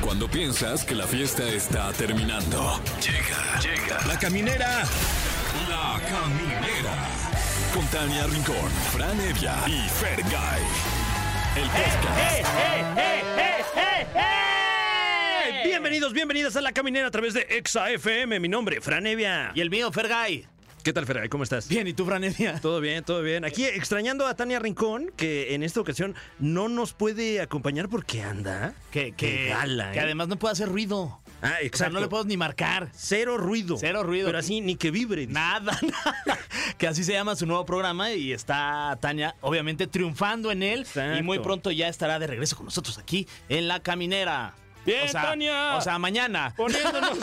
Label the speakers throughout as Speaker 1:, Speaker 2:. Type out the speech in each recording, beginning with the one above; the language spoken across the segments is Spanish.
Speaker 1: Cuando piensas que la fiesta está terminando. Llega, llega. La caminera. La caminera. Con Tania Rincón, Fran Evia y Fer El podcast.
Speaker 2: Bienvenidos, bienvenidas a La Caminera a través de Exa FM. Mi nombre, Fran Evia.
Speaker 3: Y el mío, Fergay.
Speaker 2: ¿Qué tal, Fergay? ¿Cómo estás?
Speaker 3: Bien, ¿y tú, Franevia?
Speaker 2: Todo bien, todo bien. Aquí extrañando a Tania Rincón, que en esta ocasión no nos puede acompañar porque anda.
Speaker 3: Que, que,
Speaker 2: de gala,
Speaker 3: que
Speaker 2: ¿eh?
Speaker 3: además no puede hacer ruido.
Speaker 2: Ah,
Speaker 3: O sea,
Speaker 2: exacto.
Speaker 3: no le puedo ni marcar.
Speaker 2: Cero ruido.
Speaker 3: Cero ruido.
Speaker 2: Pero así ni que vibre. dice.
Speaker 3: Nada, nada. Que así se llama su nuevo programa y está Tania, obviamente, triunfando en él.
Speaker 2: Exacto.
Speaker 3: Y muy pronto ya estará de regreso con nosotros aquí en La Caminera.
Speaker 2: Bien,
Speaker 3: o sea,
Speaker 2: Tania.
Speaker 3: O sea, mañana.
Speaker 2: Poniéndonos.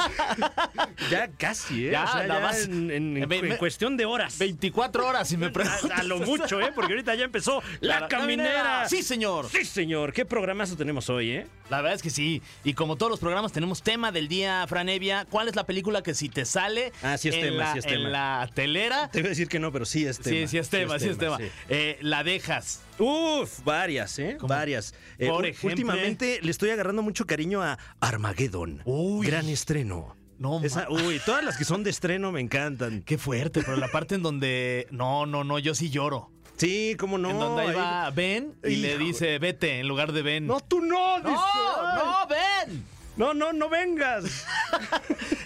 Speaker 2: ya casi, ¿eh?
Speaker 3: Ya,
Speaker 2: O sea,
Speaker 3: nada más.
Speaker 2: En, en- en
Speaker 3: Ve- ve-
Speaker 2: cuestión de horas.
Speaker 3: 24 horas, si me preguntas.
Speaker 2: A, a lo mucho, ¿eh? Porque ahorita ya empezó La, caminera.
Speaker 3: Sí, señor.
Speaker 2: Sí, señor. ¿Qué programazo tenemos hoy, eh?
Speaker 3: La verdad es que sí. Y como todos los programas, tenemos tema del día, Franevia. ¿Cuál es la película que si te sale
Speaker 2: Ah, sí es
Speaker 3: en,
Speaker 2: tema,
Speaker 3: la,
Speaker 2: sí es
Speaker 3: en
Speaker 2: tema.
Speaker 3: la telera?
Speaker 2: Te iba a decir que no, pero sí es tema.
Speaker 3: Sí, sí es tema, sí es tema.
Speaker 2: sí.
Speaker 3: Eh, la dejas.
Speaker 2: Uf, varias, ¿eh?
Speaker 3: ¿Cómo?
Speaker 2: Varias. Eh,
Speaker 3: Por
Speaker 2: u-
Speaker 3: ejemplo.
Speaker 2: Últimamente le estoy agarrando mucho cariño a Armageddon.
Speaker 3: Uy.
Speaker 2: Gran estreno.
Speaker 3: No,
Speaker 2: Esa-
Speaker 3: ma-
Speaker 2: uy, todas las que son de estreno me encantan.
Speaker 3: Qué fuerte, pero la parte en donde. No, no, no, yo sí lloro.
Speaker 2: Sí, cómo no.
Speaker 3: en donde ahí
Speaker 2: ahí-
Speaker 3: va Ben y le
Speaker 2: Híjole.
Speaker 3: dice vete en lugar de Ben.
Speaker 2: No, tú no, dice.
Speaker 3: no,
Speaker 2: Ay,
Speaker 3: no, Ben.
Speaker 2: no, no, no vengas.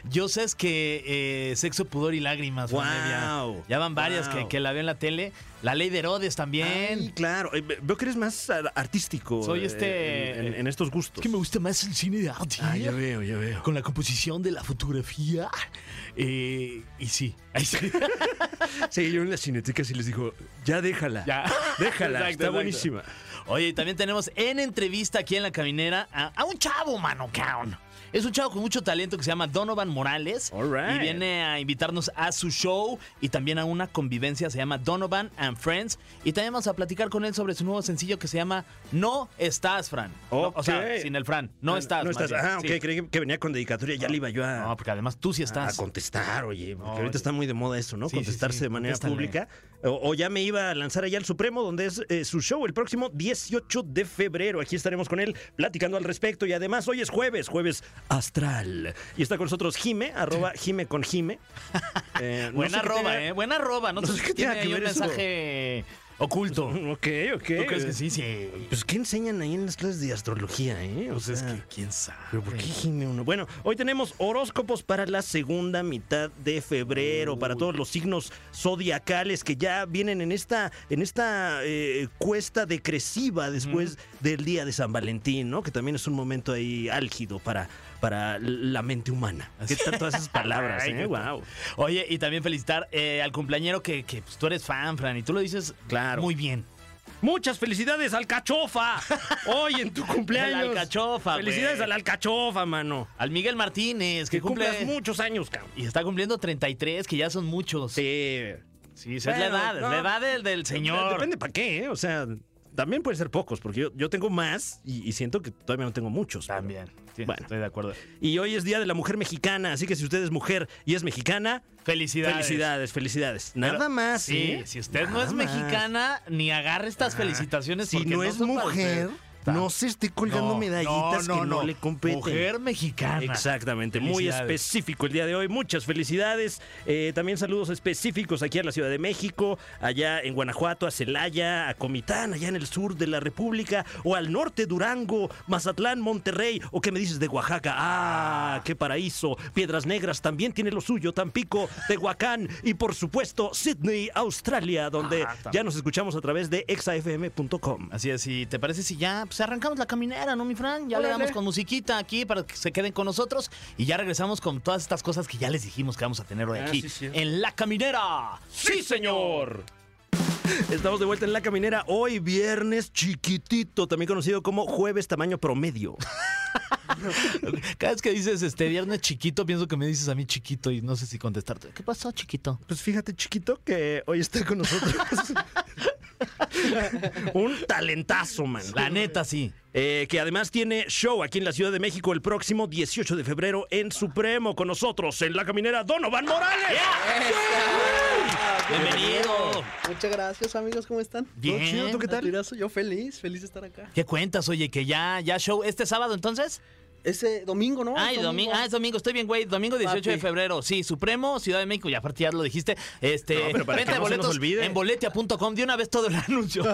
Speaker 3: Yo sé es que eh, Sexo, Pudor y Lágrimas.
Speaker 2: Wow.
Speaker 3: Vanevia. Ya van varias
Speaker 2: Wow.
Speaker 3: que, que la veo en la tele. La Ley de Herodes también.
Speaker 2: Ay, claro. Eh, ve- Veo que eres más ar- artístico.
Speaker 3: Soy
Speaker 2: eh,
Speaker 3: este-
Speaker 2: En, en- en estos gustos.
Speaker 3: Es que me gusta más el cine de arte.
Speaker 2: Ah, ya veo, ya veo.
Speaker 3: Con la composición de la fotografía. Eh, y sí. Ahí sí.
Speaker 2: Sí, yo en las cineticas y les digo, ya déjala.
Speaker 3: Ya.
Speaker 2: Déjala,
Speaker 3: Exacto,
Speaker 2: está
Speaker 3: exacto.
Speaker 2: buenísima.
Speaker 3: Oye, y también tenemos en entrevista aquí en la caminera a, a un chavo, mano, caón. Es un chavo con mucho talento que se llama Donovan Morales.
Speaker 2: All right.
Speaker 3: Y viene a invitarnos a su show y también a una convivencia, se llama Donovan and Friends. Y también vamos a platicar con él sobre su nuevo sencillo que se llama No Estás, Fran. No, o sea,
Speaker 2: Ok.
Speaker 3: sin el Fran. No estás.
Speaker 2: No
Speaker 3: más
Speaker 2: estás.
Speaker 3: bien.
Speaker 2: Ah, ok, Ah,
Speaker 3: Sí.
Speaker 2: creí que venía con dedicatoria, ya le iba yo a,
Speaker 3: No, porque además tú sí
Speaker 2: a
Speaker 3: estás.
Speaker 2: contestar, oye, porque
Speaker 3: No,
Speaker 2: ahorita
Speaker 3: oye.
Speaker 2: está muy de moda eso, ¿no?
Speaker 3: Sí, sí,
Speaker 2: Contestarse
Speaker 3: sí,
Speaker 2: de manera
Speaker 3: contéstale.
Speaker 2: pública. O, o ya me iba a lanzar allá al Supremo, donde es eh, su show el próximo 18 de febrero. Aquí estaremos con él platicando al respecto. Y además, hoy es jueves, jueves astral. Y está con nosotros Jime, arroba Jime con Jime. Eh, no
Speaker 3: Buena
Speaker 2: sé qué
Speaker 3: arroba,
Speaker 2: tenga-
Speaker 3: ¿eh? Buena arroba. No,
Speaker 2: no
Speaker 3: sé
Speaker 2: sé
Speaker 3: si
Speaker 2: qué
Speaker 3: tiene
Speaker 2: tenga que
Speaker 3: ahí un
Speaker 2: ver eso.
Speaker 3: mensaje oculto. ¿Tú
Speaker 2: Ok, ok.
Speaker 3: crees que sí? Sí.
Speaker 2: Pues, ¿qué enseñan ahí en las clases de astrología, eh? O
Speaker 3: Pues es
Speaker 2: sea,
Speaker 3: que quién sabe.
Speaker 2: ¿Pero por qué gime uno? Bueno, hoy tenemos horóscopos para la segunda mitad de febrero, para todos los signos zodiacales que ya vienen en esta, en esta eh, cuesta decresiva después del día de San Valentín, ¿no? Que también es un momento ahí álgido para, para la mente humana. ¿Qué tal todas esas palabras,
Speaker 3: Ay,
Speaker 2: eh?
Speaker 3: qué
Speaker 2: Wow.
Speaker 3: Oye, y también felicitar eh, al cumpleañero que, que, pues, tú eres fan, Fran, y tú lo dices
Speaker 2: Claro.
Speaker 3: muy bien.
Speaker 2: Muchas felicidades al cachofa. Hoy en tu cumpleaños.
Speaker 3: El alcachofa, güey.
Speaker 2: Felicidades al alcachofa, mano.
Speaker 3: Al Miguel Martínez, que,
Speaker 2: Que
Speaker 3: cumple...
Speaker 2: cumplas muchos años, cabrón.
Speaker 3: Y está cumpliendo 33, que ya son muchos.
Speaker 2: Sí.
Speaker 3: sí es
Speaker 2: Bueno,
Speaker 3: la edad,
Speaker 2: no.
Speaker 3: la edad del, del señor.
Speaker 2: Depende para qué, ¿eh? O sea, también puede ser pocos, porque yo, yo tengo más y, y siento que todavía no tengo muchos. pero-
Speaker 3: También, sí,
Speaker 2: Bueno.
Speaker 3: estoy de acuerdo.
Speaker 2: Y hoy es Día de la Mujer Mexicana, así que si usted es mujer y es mexicana,
Speaker 3: Felicidades.
Speaker 2: felicidades, felicidades. Nada
Speaker 3: Pero-
Speaker 2: más.
Speaker 3: Sí,
Speaker 2: ¿eh?
Speaker 3: si usted no
Speaker 2: Nada
Speaker 3: es
Speaker 2: más.
Speaker 3: mexicana, ni agarre estas felicitaciones
Speaker 2: Si
Speaker 3: porque
Speaker 2: no es
Speaker 3: son para
Speaker 2: mujer,
Speaker 3: usted. Está-
Speaker 2: no se esté colgando
Speaker 3: No,
Speaker 2: medallitas
Speaker 3: no, no,
Speaker 2: que no,
Speaker 3: no.
Speaker 2: le competen.
Speaker 3: Mujer mexicana.
Speaker 2: Exactamente, muy
Speaker 3: Felicidades.
Speaker 2: específico el día de hoy. Muchas felicidades. Eh, también saludos específicos aquí a la Ciudad de México, allá en Guanajuato, a Celaya, a Comitán, allá en el sur de la República, o al norte, Durango, Mazatlán, Monterrey, o qué me dices de Oaxaca. ¡Ah, qué paraíso! Piedras Negras también tiene lo suyo, Tampico, Tehuacán y por supuesto Sydney, Australia, donde
Speaker 3: Ah, también.
Speaker 2: ya nos escuchamos a través de exafm.com.
Speaker 3: Así es, y te parece si ya pues arrancamos la caminera, ¿no, mi Fran? Ya le
Speaker 2: Órale.
Speaker 3: damos con musiquita aquí para que se queden con nosotros y ya regresamos con todas estas cosas que ya les dijimos que vamos a tener hoy
Speaker 2: Ah,
Speaker 3: aquí
Speaker 2: sí, sí.
Speaker 3: en la caminera.
Speaker 2: ¡Sí, señor! Estamos de vuelta en La Caminera hoy, viernes chiquitito, también conocido como jueves tamaño promedio.
Speaker 3: Cada vez que dices este viernes chiquito, pienso que me dices a mí chiquito y no sé si contestarte. ¿Qué pasó, chiquito?
Speaker 2: Pues fíjate, chiquito, que hoy está con nosotros. Un talentazo, man.
Speaker 3: La neta, sí.
Speaker 2: Eh, que además tiene show aquí en la Ciudad de México el próximo 18 de febrero en Supremo con nosotros en La Caminera Donovan Morales.
Speaker 3: Bienvenido.
Speaker 4: Muchas gracias, amigos. ¿Cómo están?
Speaker 3: Bien.
Speaker 4: ¿Todo chido? ¿Tú qué tal?
Speaker 3: Al
Speaker 4: Yo feliz, feliz de estar acá.
Speaker 3: ¿Qué cuentas, oye? Que ya, ya show este sábado entonces.
Speaker 4: Ese domingo, ¿no?
Speaker 3: Ay,
Speaker 4: Es
Speaker 3: domingo, ah, es domingo, estoy bien, güey. Domingo 18 de
Speaker 4: Papi.
Speaker 3: febrero. Sí, Supremo, Ciudad de México. Ya aparte ya lo dijiste. Este,
Speaker 2: No, pero para
Speaker 3: venta
Speaker 2: que
Speaker 3: de
Speaker 2: no se nos
Speaker 3: boletos
Speaker 2: olvide.
Speaker 3: en boletia.com. De una vez todo el anuncio.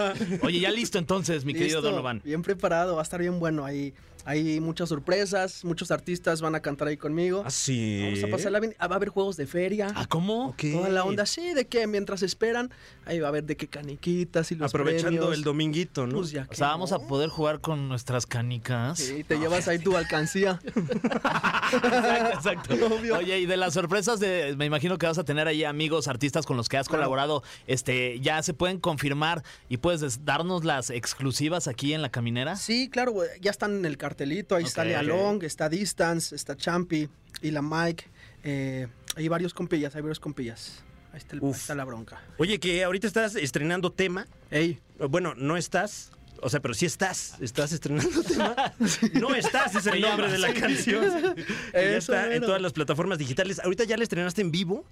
Speaker 3: Oye, ya listo entonces, mi querido
Speaker 4: Listo,
Speaker 3: Donovan.
Speaker 4: Bien preparado, va a estar bien bueno. Hay, hay muchas sorpresas, muchos artistas van a cantar ahí conmigo.
Speaker 2: Ah, Así.
Speaker 4: Vamos a pasarla bien. Ah, Va a haber juegos de feria.
Speaker 3: Ah, ¿cómo?
Speaker 4: Toda la onda, sí, de que mientras esperan, ahí va a haber de qué caniquitas y los
Speaker 2: Aprovechando
Speaker 4: premios.
Speaker 2: el dominguito, ¿no?
Speaker 4: Pues ya
Speaker 3: O
Speaker 4: que
Speaker 3: sea, vamos
Speaker 4: no.
Speaker 3: a poder jugar con nuestras canicas.
Speaker 4: Sí, te llevas ahí tu alcancía.
Speaker 3: Exacto, exacto.
Speaker 4: Obvio.
Speaker 3: Oye, y de las sorpresas, de, me imagino que vas a tener ahí amigos, artistas con los que has
Speaker 4: Claro.
Speaker 3: colaborado. Este, ya se pueden confirmar y puedes des- darnos las exclusivas aquí en la caminera.
Speaker 4: Sí, claro, güey, ya están en el cartelito. Ahí está
Speaker 3: Ok.
Speaker 4: Lea Long, está Distance, está Champi y la Mike. eh, hay varios compillas, hay varios compillas. Ahí está, el- ahí
Speaker 2: Uf.
Speaker 4: está la bronca.
Speaker 2: Oye, que ahorita estás estrenando tema.
Speaker 4: Ey,
Speaker 2: Bueno, no estás. O sea, pero sí estás. Estás estrenando tema. No estás es el nombre de la canción. Que ya
Speaker 4: Eso
Speaker 2: está en
Speaker 4: mero.
Speaker 2: todas las plataformas digitales. Ahorita ya la estrenaste en vivo.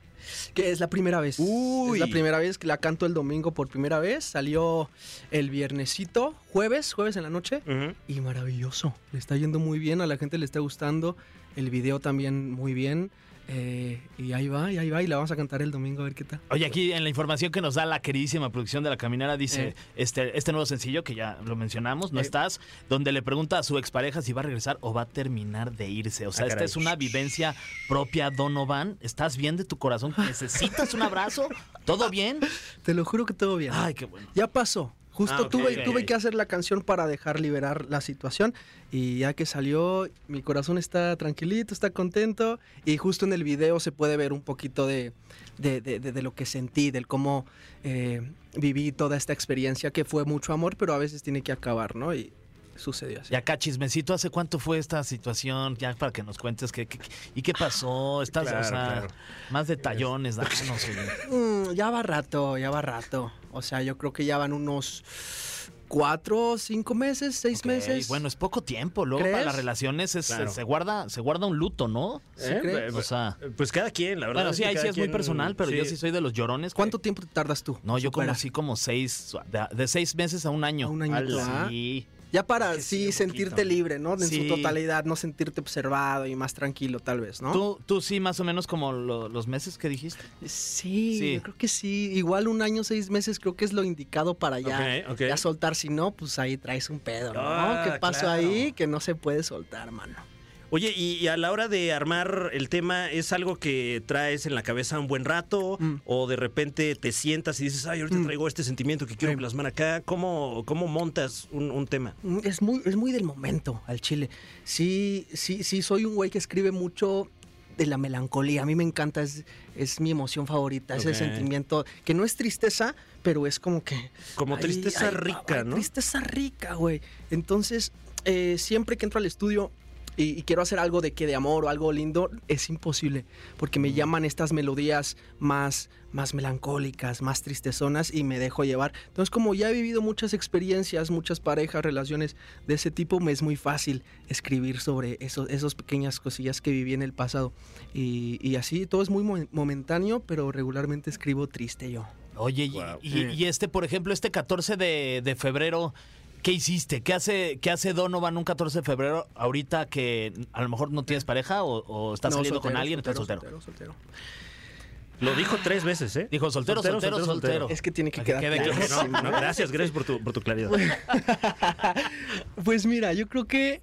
Speaker 4: que es la primera vez.
Speaker 2: Uy.
Speaker 4: Es la primera vez que la canto el domingo por primera vez. Salió el viernesito, jueves, jueves en la noche.
Speaker 2: Mm. ¿Eh?
Speaker 4: Y maravilloso. Le está yendo muy bien, a la gente le está gustando. El video también muy bien. eh, y ahí va, y ahí va. Y la vamos a cantar el domingo a ver qué tal.
Speaker 3: Oye, aquí en la información que nos da la queridísima producción de La Caminera dice
Speaker 4: Eh.
Speaker 3: este, este nuevo sencillo que ya lo mencionamos, No
Speaker 4: Eh.
Speaker 3: Estás, donde le pregunta a su expareja si va a regresar o va a terminar de irse. O sea,
Speaker 2: Ah,
Speaker 3: esta
Speaker 2: caray.
Speaker 3: es una vivencia propia, Donovan. ¿Estás bien de tu corazón? ¿Necesitas un abrazo? ¿Todo bien?
Speaker 4: Te lo juro que todo bien.
Speaker 3: Ay, qué bueno.
Speaker 4: Ya pasó. Justo
Speaker 2: Ah, ok,
Speaker 4: tuve,
Speaker 2: ok,
Speaker 4: tuve
Speaker 2: ok.
Speaker 4: que hacer la canción para dejar liberar la situación y ya que salió, mi corazón está tranquilito, está contento y justo en el video se puede ver un poquito de, de, de- de- de lo que sentí, del cómo eh, viví toda esta experiencia que fue mucho amor, pero a veces tiene que acabar, ¿no? Y sucedió así.
Speaker 3: Y acá, chismecito, ¿hace cuánto fue esta situación? Ya para que nos cuentes qué, qué- qué- y qué pasó. Estás,
Speaker 2: Claro,
Speaker 3: o sea,
Speaker 2: claro.
Speaker 3: más detallones, danos. oye.
Speaker 4: Mm, ya va rato, ya va rato. O sea, yo creo que ya van unos cuatro, cinco meses, seis
Speaker 3: Ok,
Speaker 4: meses.
Speaker 3: Bueno, es poco tiempo. Luego para
Speaker 4: ¿Crees?
Speaker 3: las relaciones es-
Speaker 2: Claro.
Speaker 3: se, guarda, se guarda un luto, ¿no?
Speaker 4: ¿Sí crees?
Speaker 3: O sea,
Speaker 2: Pues cada quien, la verdad.
Speaker 3: bueno, sí,
Speaker 2: que
Speaker 3: ahí sí
Speaker 2: cada
Speaker 3: es muy
Speaker 2: quien-
Speaker 3: personal, pero yo sí soy de los llorones. que-
Speaker 4: ¿Cuánto tiempo te tardas tú?
Speaker 3: No, yo como
Speaker 4: Supera.
Speaker 3: así como seis, de, de seis meses a un año.
Speaker 4: A un añito,
Speaker 3: Ala.
Speaker 4: ¿ah?
Speaker 3: Sí.
Speaker 4: Ya para
Speaker 3: Es que sí,
Speaker 4: sí,
Speaker 3: un
Speaker 4: sentirte
Speaker 3: poquito.
Speaker 4: libre, ¿no? En
Speaker 3: Sí.
Speaker 4: su totalidad, no sentirte observado y más tranquilo, tal vez, ¿no?
Speaker 3: ¿Tú, tú sí, más o menos como lo- los meses que dijiste.
Speaker 4: Sí,
Speaker 3: Sí.
Speaker 4: yo creo que sí. Igual un año, seis meses, creo que es lo indicado para ya,
Speaker 2: Ok, ok.
Speaker 4: ya soltar. Si no, pues ahí traes un pedo, ¿no?
Speaker 2: Ah,
Speaker 4: ¿Qué pasó
Speaker 2: claro.
Speaker 4: ahí? Que no se puede soltar, mano.
Speaker 2: Oye, y, y a la hora de armar el tema, ¿es algo que traes en la cabeza un buen rato?
Speaker 4: Mm.
Speaker 2: ¿O de repente te sientas y dices, ay, ahorita
Speaker 4: Mm.
Speaker 2: traigo este sentimiento que quiero
Speaker 4: Sí.
Speaker 2: plasmar acá? ¿Cómo, cómo montas un, un tema?
Speaker 4: Mm, Es muy, es muy del momento al chile. Sí, sí, sí, soy un güey que escribe mucho de la melancolía. A mí me encanta, es, es mi emoción favorita, es el
Speaker 2: Ok.
Speaker 4: sentimiento que no es tristeza, pero es como que...
Speaker 2: Como
Speaker 4: Ay,
Speaker 2: tristeza
Speaker 4: ay,
Speaker 2: rica,
Speaker 4: ay,
Speaker 2: ¿no?
Speaker 4: Tristeza rica, güey. Entonces, eh, siempre que entro al estudio y, y quiero hacer algo de que de amor o algo lindo, es imposible, porque
Speaker 2: Mm.
Speaker 4: me llaman estas melodías más, más melancólicas, más tristezonas y me dejo llevar. Entonces, como ya he vivido muchas experiencias, muchas parejas, relaciones de ese tipo, me es muy fácil escribir sobre eso, esas pequeñas cosillas que viví en el pasado. Y, y así, todo es muy mo- momentáneo, pero regularmente escribo triste yo.
Speaker 3: Oye, y-
Speaker 2: Wow.
Speaker 3: y, y este, por ejemplo, este 14 de, de febrero, ¿qué hiciste? ¿Qué hace, ¿Qué hace Donovan un 14 de febrero ahorita que a lo mejor no tienes pareja o, o estás
Speaker 4: No,
Speaker 3: saliendo con
Speaker 4: soltero,
Speaker 3: alguien? estás soltero.
Speaker 4: soltero, soltero, soltero.
Speaker 2: Lo dijo tres veces, ¿eh?
Speaker 3: Dijo soltero, soltero, soltero.
Speaker 4: Es que tiene que
Speaker 3: Para
Speaker 4: quedar
Speaker 3: que quede
Speaker 4: clarísimo.
Speaker 2: No, no, gracias, gracias por tu, por tu claridad.
Speaker 4: Pues mira, yo creo que.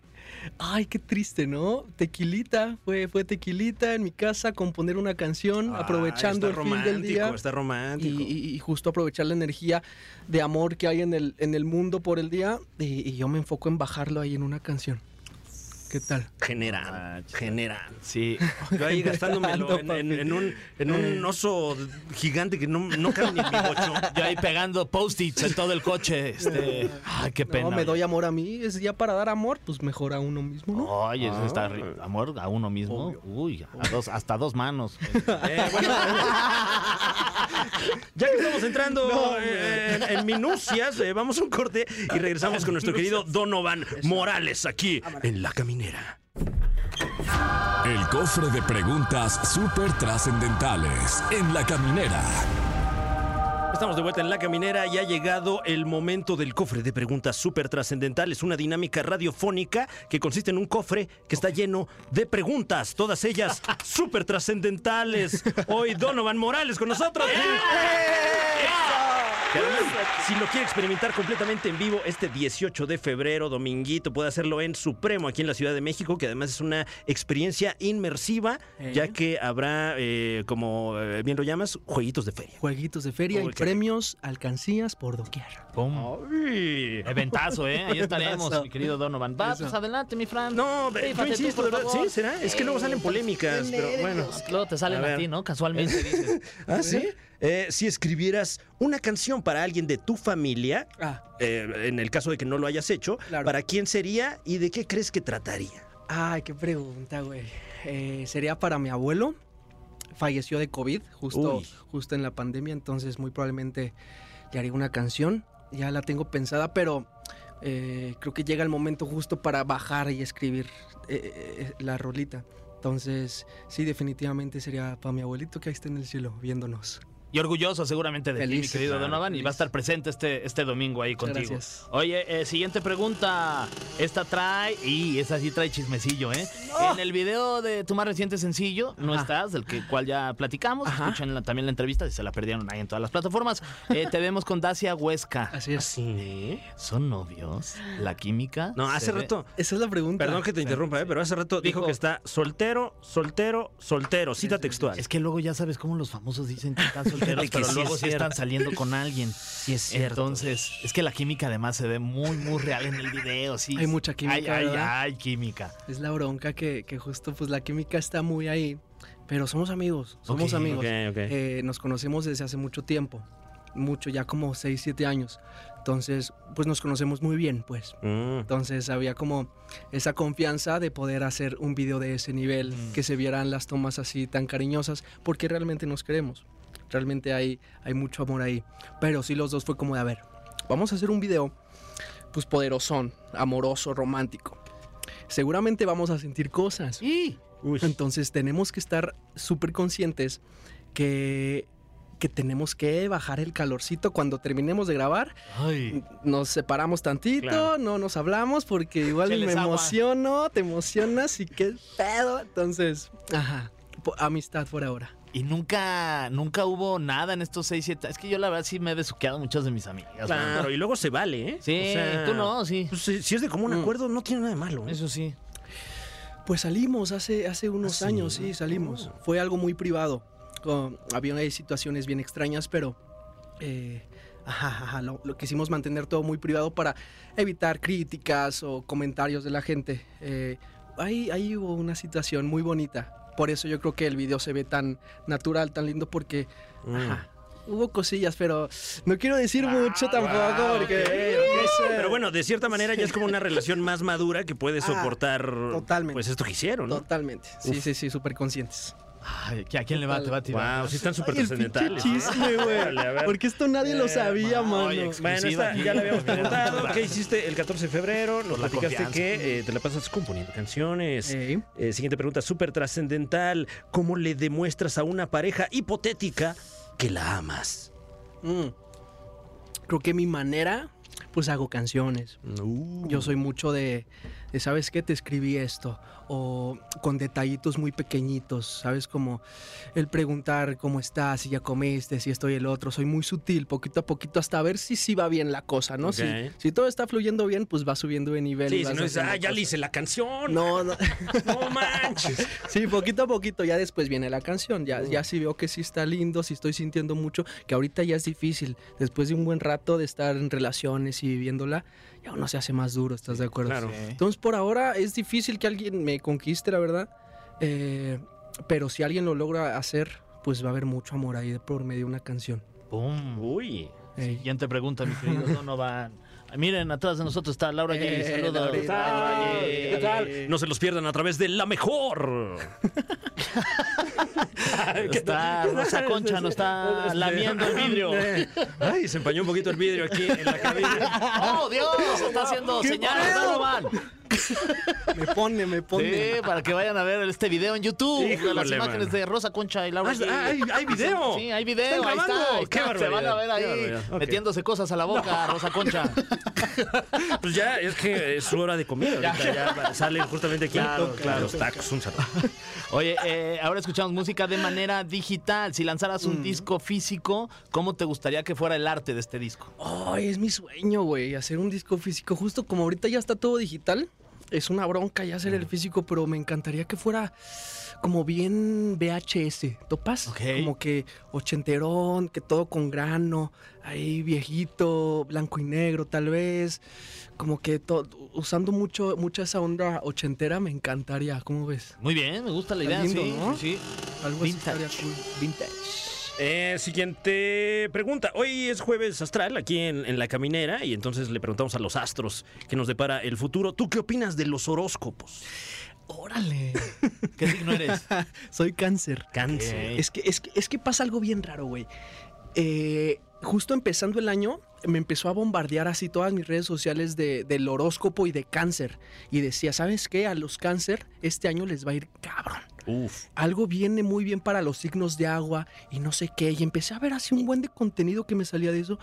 Speaker 4: Ay, qué triste, ¿no? Tequilita, fue, fue tequilita en mi casa, componer una canción, aprovechando
Speaker 2: Ah,
Speaker 4: el
Speaker 2: está
Speaker 4: fin
Speaker 2: romántico,
Speaker 4: del día.
Speaker 2: Está
Speaker 4: Y,
Speaker 2: romántico.
Speaker 4: y- y justo aprovechar la energía de amor que hay en el, en el mundo por el día. Y, y yo me enfoco en bajarlo ahí en una canción. ¿Qué tal?
Speaker 2: Generando, generando.
Speaker 3: Sí.
Speaker 2: Yo ahí gastándomelo en,
Speaker 4: Ando,
Speaker 2: en- en un, en
Speaker 4: Eh.
Speaker 2: un oso gigante que no, no cabe ni en mi bocho.
Speaker 3: Yo ahí pegando post-its en todo el coche. Este. Ay, qué pena.
Speaker 4: No, me doy amor a mí. Es ya para dar amor, pues mejor a uno mismo,
Speaker 2: Oh.
Speaker 4: ¿no?
Speaker 3: Oye, eso está ri-
Speaker 2: Ah.
Speaker 3: amor a uno mismo. Uy, a dos, hasta dos manos.
Speaker 2: Eh, bueno, ya que estamos entrando eh, en, en minucias, eh, vamos a un corte y regresamos con nuestro querido Donovan Morales aquí en La Caminera.
Speaker 1: El cofre de preguntas súper trascendentales en la caminera.
Speaker 2: Estamos de vuelta en La Caminera y ha llegado el momento del cofre de preguntas súper trascendentales, una dinámica radiofónica que consiste en un cofre que está lleno de preguntas, todas ellas súper trascendentales. Hoy Donovan Morales con nosotros. Que además, si lo quiere experimentar completamente en vivo este 18 de febrero, dominguito, puede hacerlo en Supremo aquí en la Ciudad de México, que además es una experiencia inmersiva,
Speaker 4: Eh.
Speaker 2: ya que habrá, eh, como eh, bien lo llamas, jueguitos de feria.
Speaker 4: Jueguitos de feria
Speaker 2: Uy,
Speaker 4: y
Speaker 2: qué rico.
Speaker 4: premios, alcancías por doquier.
Speaker 3: ¡Pum! Eventazo, ¿eh? Ahí estaremos, mi querido Donovan. Va,
Speaker 4: Eso.
Speaker 3: pues adelante, mi Fran.
Speaker 2: No, ve, yo
Speaker 3: Rífate tú,
Speaker 2: insisto,
Speaker 3: por
Speaker 2: de verdad.
Speaker 3: favor.
Speaker 2: Sí, será. Es que luego salen polémicas, pero bueno.
Speaker 3: Luego te salen
Speaker 2: A
Speaker 3: a,
Speaker 2: ver.
Speaker 3: ti, ¿no? Casualmente dices.
Speaker 2: Ah, sí. Eh, si escribieras una canción para alguien de tu familia,
Speaker 4: Ah,
Speaker 2: eh, en el caso de que no lo hayas hecho,
Speaker 4: Claro.
Speaker 2: ¿para quién sería y de qué crees que trataría?
Speaker 4: ay, qué pregunta, güey. Eh, sería para mi abuelo. Falleció de COVID justo,
Speaker 2: Uy.
Speaker 4: justo en la pandemia, entonces muy probablemente le haré una canción. Ya la tengo pensada, pero eh, creo que llega el momento justo para bajar y escribir eh, eh, la rolita. Entonces, sí, definitivamente sería para mi abuelito que ahí está en el cielo viéndonos.
Speaker 3: Y orgulloso seguramente de ti, mi
Speaker 4: Feliz,
Speaker 3: querido
Speaker 4: claro,
Speaker 3: Donovan, y va a
Speaker 4: feliz.
Speaker 3: estar presente este, este domingo ahí
Speaker 4: Muchas
Speaker 3: contigo.
Speaker 4: gracias.
Speaker 3: Oye, eh, siguiente pregunta. Esta trae, y esta sí trae chismecillo, ¿eh? En el video de tu más reciente sencillo, no
Speaker 4: Ajá.
Speaker 3: estás, del que, cual ya platicamos,
Speaker 4: Ajá.
Speaker 3: escuchan la- también la entrevista, si se la perdieron ahí en todas las plataformas. Eh, te vemos con Dacia Huesca. ¿Ah, eh?
Speaker 4: Así es.
Speaker 2: Sí.
Speaker 3: ¿Son novios? ¿La química?
Speaker 2: No,
Speaker 3: se
Speaker 2: hace
Speaker 3: ve?
Speaker 2: rato.
Speaker 4: Esa es la pregunta.
Speaker 2: Perdón que te interrumpa, eh, pero hace rato dijo,
Speaker 3: Dijo-
Speaker 2: que está soltero, soltero, soltero. Cita
Speaker 4: Sí, sí,
Speaker 2: textual.
Speaker 3: Es que luego ya sabes cómo los famosos dicen que están solteros,
Speaker 2: Fíjate que
Speaker 3: pero
Speaker 2: sí
Speaker 3: luego
Speaker 2: es
Speaker 3: sí
Speaker 2: cierto.
Speaker 3: están saliendo con alguien.
Speaker 2: Sí, es
Speaker 3: Entonces, es que la química además se ve muy, muy real en el video, sí.
Speaker 4: Hay mucha química,
Speaker 3: Hay, hay,
Speaker 4: ¿verdad?
Speaker 3: hay química.
Speaker 4: Es la bronca que, que justo pues la química está muy ahí. Pero somos amigos, somos
Speaker 3: Ok,
Speaker 4: amigos.
Speaker 2: Ok, ok.
Speaker 4: Eh, nos conocemos desde hace mucho tiempo. Mucho, ya como 6, 7 años. Entonces, pues nos conocemos muy bien, pues.
Speaker 2: Mm.
Speaker 4: Entonces había como esa confianza de poder hacer un video de ese nivel,
Speaker 3: Mm.
Speaker 4: que se vieran las tomas así tan cariñosas, porque realmente nos queremos. Realmente hay, hay mucho amor ahí. Pero sí los dos fue como de, a ver, vamos a hacer un video pues poderosón, amoroso, romántico. Seguramente vamos a sentir cosas.
Speaker 3: Y
Speaker 2: Uy.
Speaker 4: Entonces tenemos que estar súper conscientes que, que tenemos que bajar el calorcito cuando terminemos de grabar.
Speaker 2: Mm.
Speaker 3: ay,
Speaker 4: Nos separamos tantito,
Speaker 2: Claro.
Speaker 4: no nos hablamos porque igual y
Speaker 3: Cheles
Speaker 4: me
Speaker 3: agua.
Speaker 4: emociono, te emocionas y qué pedo. Entonces, ajá, po- amistad por ahora.
Speaker 3: y nunca, nunca hubo nada en estos seis, siete. Es que yo la verdad sí me he besuqueado muchas de mis amigas. ¿no?
Speaker 2: Claro, y luego se vale, ¿eh?
Speaker 3: Sí,
Speaker 2: O sea,
Speaker 3: tú no, sí.
Speaker 2: pues, si si es de común
Speaker 4: Mm.
Speaker 2: acuerdo, no tiene nada de malo. ¿eh?
Speaker 3: Eso sí.
Speaker 4: Pues salimos hace, hace unos
Speaker 2: ¿Ah, sí?
Speaker 4: años, sí, salimos.
Speaker 2: Oh.
Speaker 4: Fue algo muy privado. Con- había ahí situaciones bien extrañas, pero eh, ajá, ajá, lo, lo quisimos mantener todo muy privado para evitar críticas o comentarios de la gente. Eh, ahí, ahí hubo una situación muy bonita. Por eso yo creo que el video se ve tan natural, tan lindo, porque
Speaker 2: Mm.
Speaker 4: ajá, hubo cosillas, pero no quiero decir mucho tampoco,
Speaker 2: Ah, wow,
Speaker 4: porque...
Speaker 2: ok,
Speaker 4: no sé.
Speaker 2: Pero bueno, de cierta manera ya es como una relación más madura que puede
Speaker 4: Ah,
Speaker 2: soportar
Speaker 4: totalmente.
Speaker 2: pues esto que hicieron, ¿no?
Speaker 4: Totalmente. Sí, sí, sí, súper conscientes.
Speaker 3: Ay, ¿que ¿a quién le va? ¿Te va a tirar?
Speaker 2: Wow, sí están súper
Speaker 4: Ay, el pinche
Speaker 2: trascendentales.
Speaker 4: chisme, güey.
Speaker 2: Órale, a ver.
Speaker 4: Porque esto nadie lo
Speaker 2: Eh,
Speaker 4: sabía,
Speaker 3: ma,
Speaker 4: mano.
Speaker 3: oye,
Speaker 2: Bueno,
Speaker 3: Exclusiva
Speaker 2: esta
Speaker 3: aquí.
Speaker 2: ya la habíamos
Speaker 3: Mira,
Speaker 2: preguntado.
Speaker 3: muchas
Speaker 2: ¿Qué
Speaker 3: gracias.
Speaker 2: hiciste el 14 de febrero? Nos
Speaker 3: Por la
Speaker 2: platicaste
Speaker 3: confianza.
Speaker 2: que eh, te la pasas componiendo canciones.
Speaker 4: Ey.
Speaker 2: Eh, siguiente pregunta, súper trascendental. ¿Cómo le demuestras a una pareja hipotética que la amas?
Speaker 4: Mm. Creo que mi manera, pues hago canciones.
Speaker 2: Uh.
Speaker 4: Yo soy mucho de, de, ¿sabes qué? Te escribí esto. O con detallitos muy pequeñitos, ¿sabes? Como el preguntar cómo estás, si ya comiste, si estoy el otro. Soy muy sutil, poquito a poquito, hasta ver si sí va bien la cosa, ¿no? Si-
Speaker 2: Ok.
Speaker 4: Si, todo está fluyendo bien, pues va subiendo de nivel. y
Speaker 2: Sí,
Speaker 4: vas
Speaker 2: si no dices,
Speaker 4: haciendo
Speaker 2: ah, ya
Speaker 4: cosas".
Speaker 2: le hice la canción. No,
Speaker 4: No, no.
Speaker 2: manches.
Speaker 4: Sí, poquito a poquito, ya después viene la canción, ya, ya sí veo que sí está lindo, sí estoy sintiendo mucho, que ahorita ya es difícil, después de un buen rato de estar en relaciones y viviéndola, ya uno se hace más duro, ¿estás de acuerdo?
Speaker 2: claro.
Speaker 3: Sí.
Speaker 4: Entonces por ahora es difícil que alguien me conquiste, la verdad, eh, pero si alguien lo logra hacer, pues va a haber mucho amor ahí de por medio de una canción.
Speaker 3: Pum.
Speaker 2: Uy.
Speaker 4: Ey.
Speaker 3: Siguiente pregunta, mi querido Donovan. Ay, Miren, atrás de nosotros está Laura G.
Speaker 4: Eh,
Speaker 3: Saludos.
Speaker 4: Laurita.
Speaker 2: ¿Qué tal? ¿Qué tal? No se los pierdan a través de La Mejor.
Speaker 3: Está Rosa Concha, nos
Speaker 2: Este,
Speaker 3: está lamiendo el vidrio.
Speaker 2: Ay, se empañó un poquito el vidrio aquí en la cabina.
Speaker 3: ¡Oh, Dios! Está haciendo señales, Donovan.
Speaker 4: Me pone, me pone.
Speaker 3: Sí, para que vayan a ver este video en YouTube.
Speaker 2: Híjole,
Speaker 3: las imágenes
Speaker 2: mano.
Speaker 3: de Rosa Concha y Laura.
Speaker 2: Ah,
Speaker 3: Gil.
Speaker 2: hay- hay video.
Speaker 3: Sí, hay video.
Speaker 2: ¿Están
Speaker 3: Ahí está,
Speaker 2: grabando?
Speaker 3: ahí
Speaker 2: Qué
Speaker 3: está. Se van a
Speaker 2: barbaridad,
Speaker 3: ver
Speaker 2: qué
Speaker 3: ahí
Speaker 2: barbaridad. Ok.
Speaker 3: metiéndose cosas a la boca, Rosa Concha.
Speaker 2: Pues ya es que es su hora de comida. ahorita, ya va- salen justamente aquí
Speaker 3: Claro,
Speaker 2: los
Speaker 3: claro.
Speaker 2: tacos, un saludo.
Speaker 3: Oye, eh, ahora escuchamos música de manera digital. Si lanzaras
Speaker 2: Mm.
Speaker 3: un disco físico, ¿cómo te gustaría que fuera el arte de este disco?
Speaker 4: Ay, es mi sueño, güey, hacer un disco físico. Justo como ahorita ya está todo digital, es una bronca ya hacer el físico, pero me encantaría que fuera como bien VHS, ¿topas?
Speaker 3: Ok.
Speaker 4: Como que ochenterón, que todo con grano, ahí viejito, blanco y negro tal vez. Como que to- usando mucho, mucha esa onda ochentera me encantaría, ¿cómo ves?
Speaker 3: Muy bien, me gusta la idea.
Speaker 4: Lindo,
Speaker 3: sí,
Speaker 4: ¿no?
Speaker 3: sí, sí.
Speaker 4: Algo así
Speaker 3: Vintage.
Speaker 4: estaría cool. Vintage.
Speaker 2: Eh, siguiente pregunta. Hoy es jueves astral aquí en, en La Caminera y entonces le preguntamos a los astros que nos depara el futuro. ¿Tú qué opinas de los horóscopos?
Speaker 4: Órale,
Speaker 3: ¿Qué signo eres?
Speaker 4: soy cáncer.
Speaker 2: Cáncer.
Speaker 4: Es que, es, que, es que pasa algo bien raro, güey. Eh, justo empezando el año, me empezó a bombardear así todas mis redes sociales de- del horóscopo y de cáncer. Y decía, ¿sabes qué? A los cáncer este año les va a ir cabrón.
Speaker 2: Uf.
Speaker 4: Algo viene muy bien para los signos de agua y no sé qué. Y empecé a ver así un buen de contenido que me salía de eso.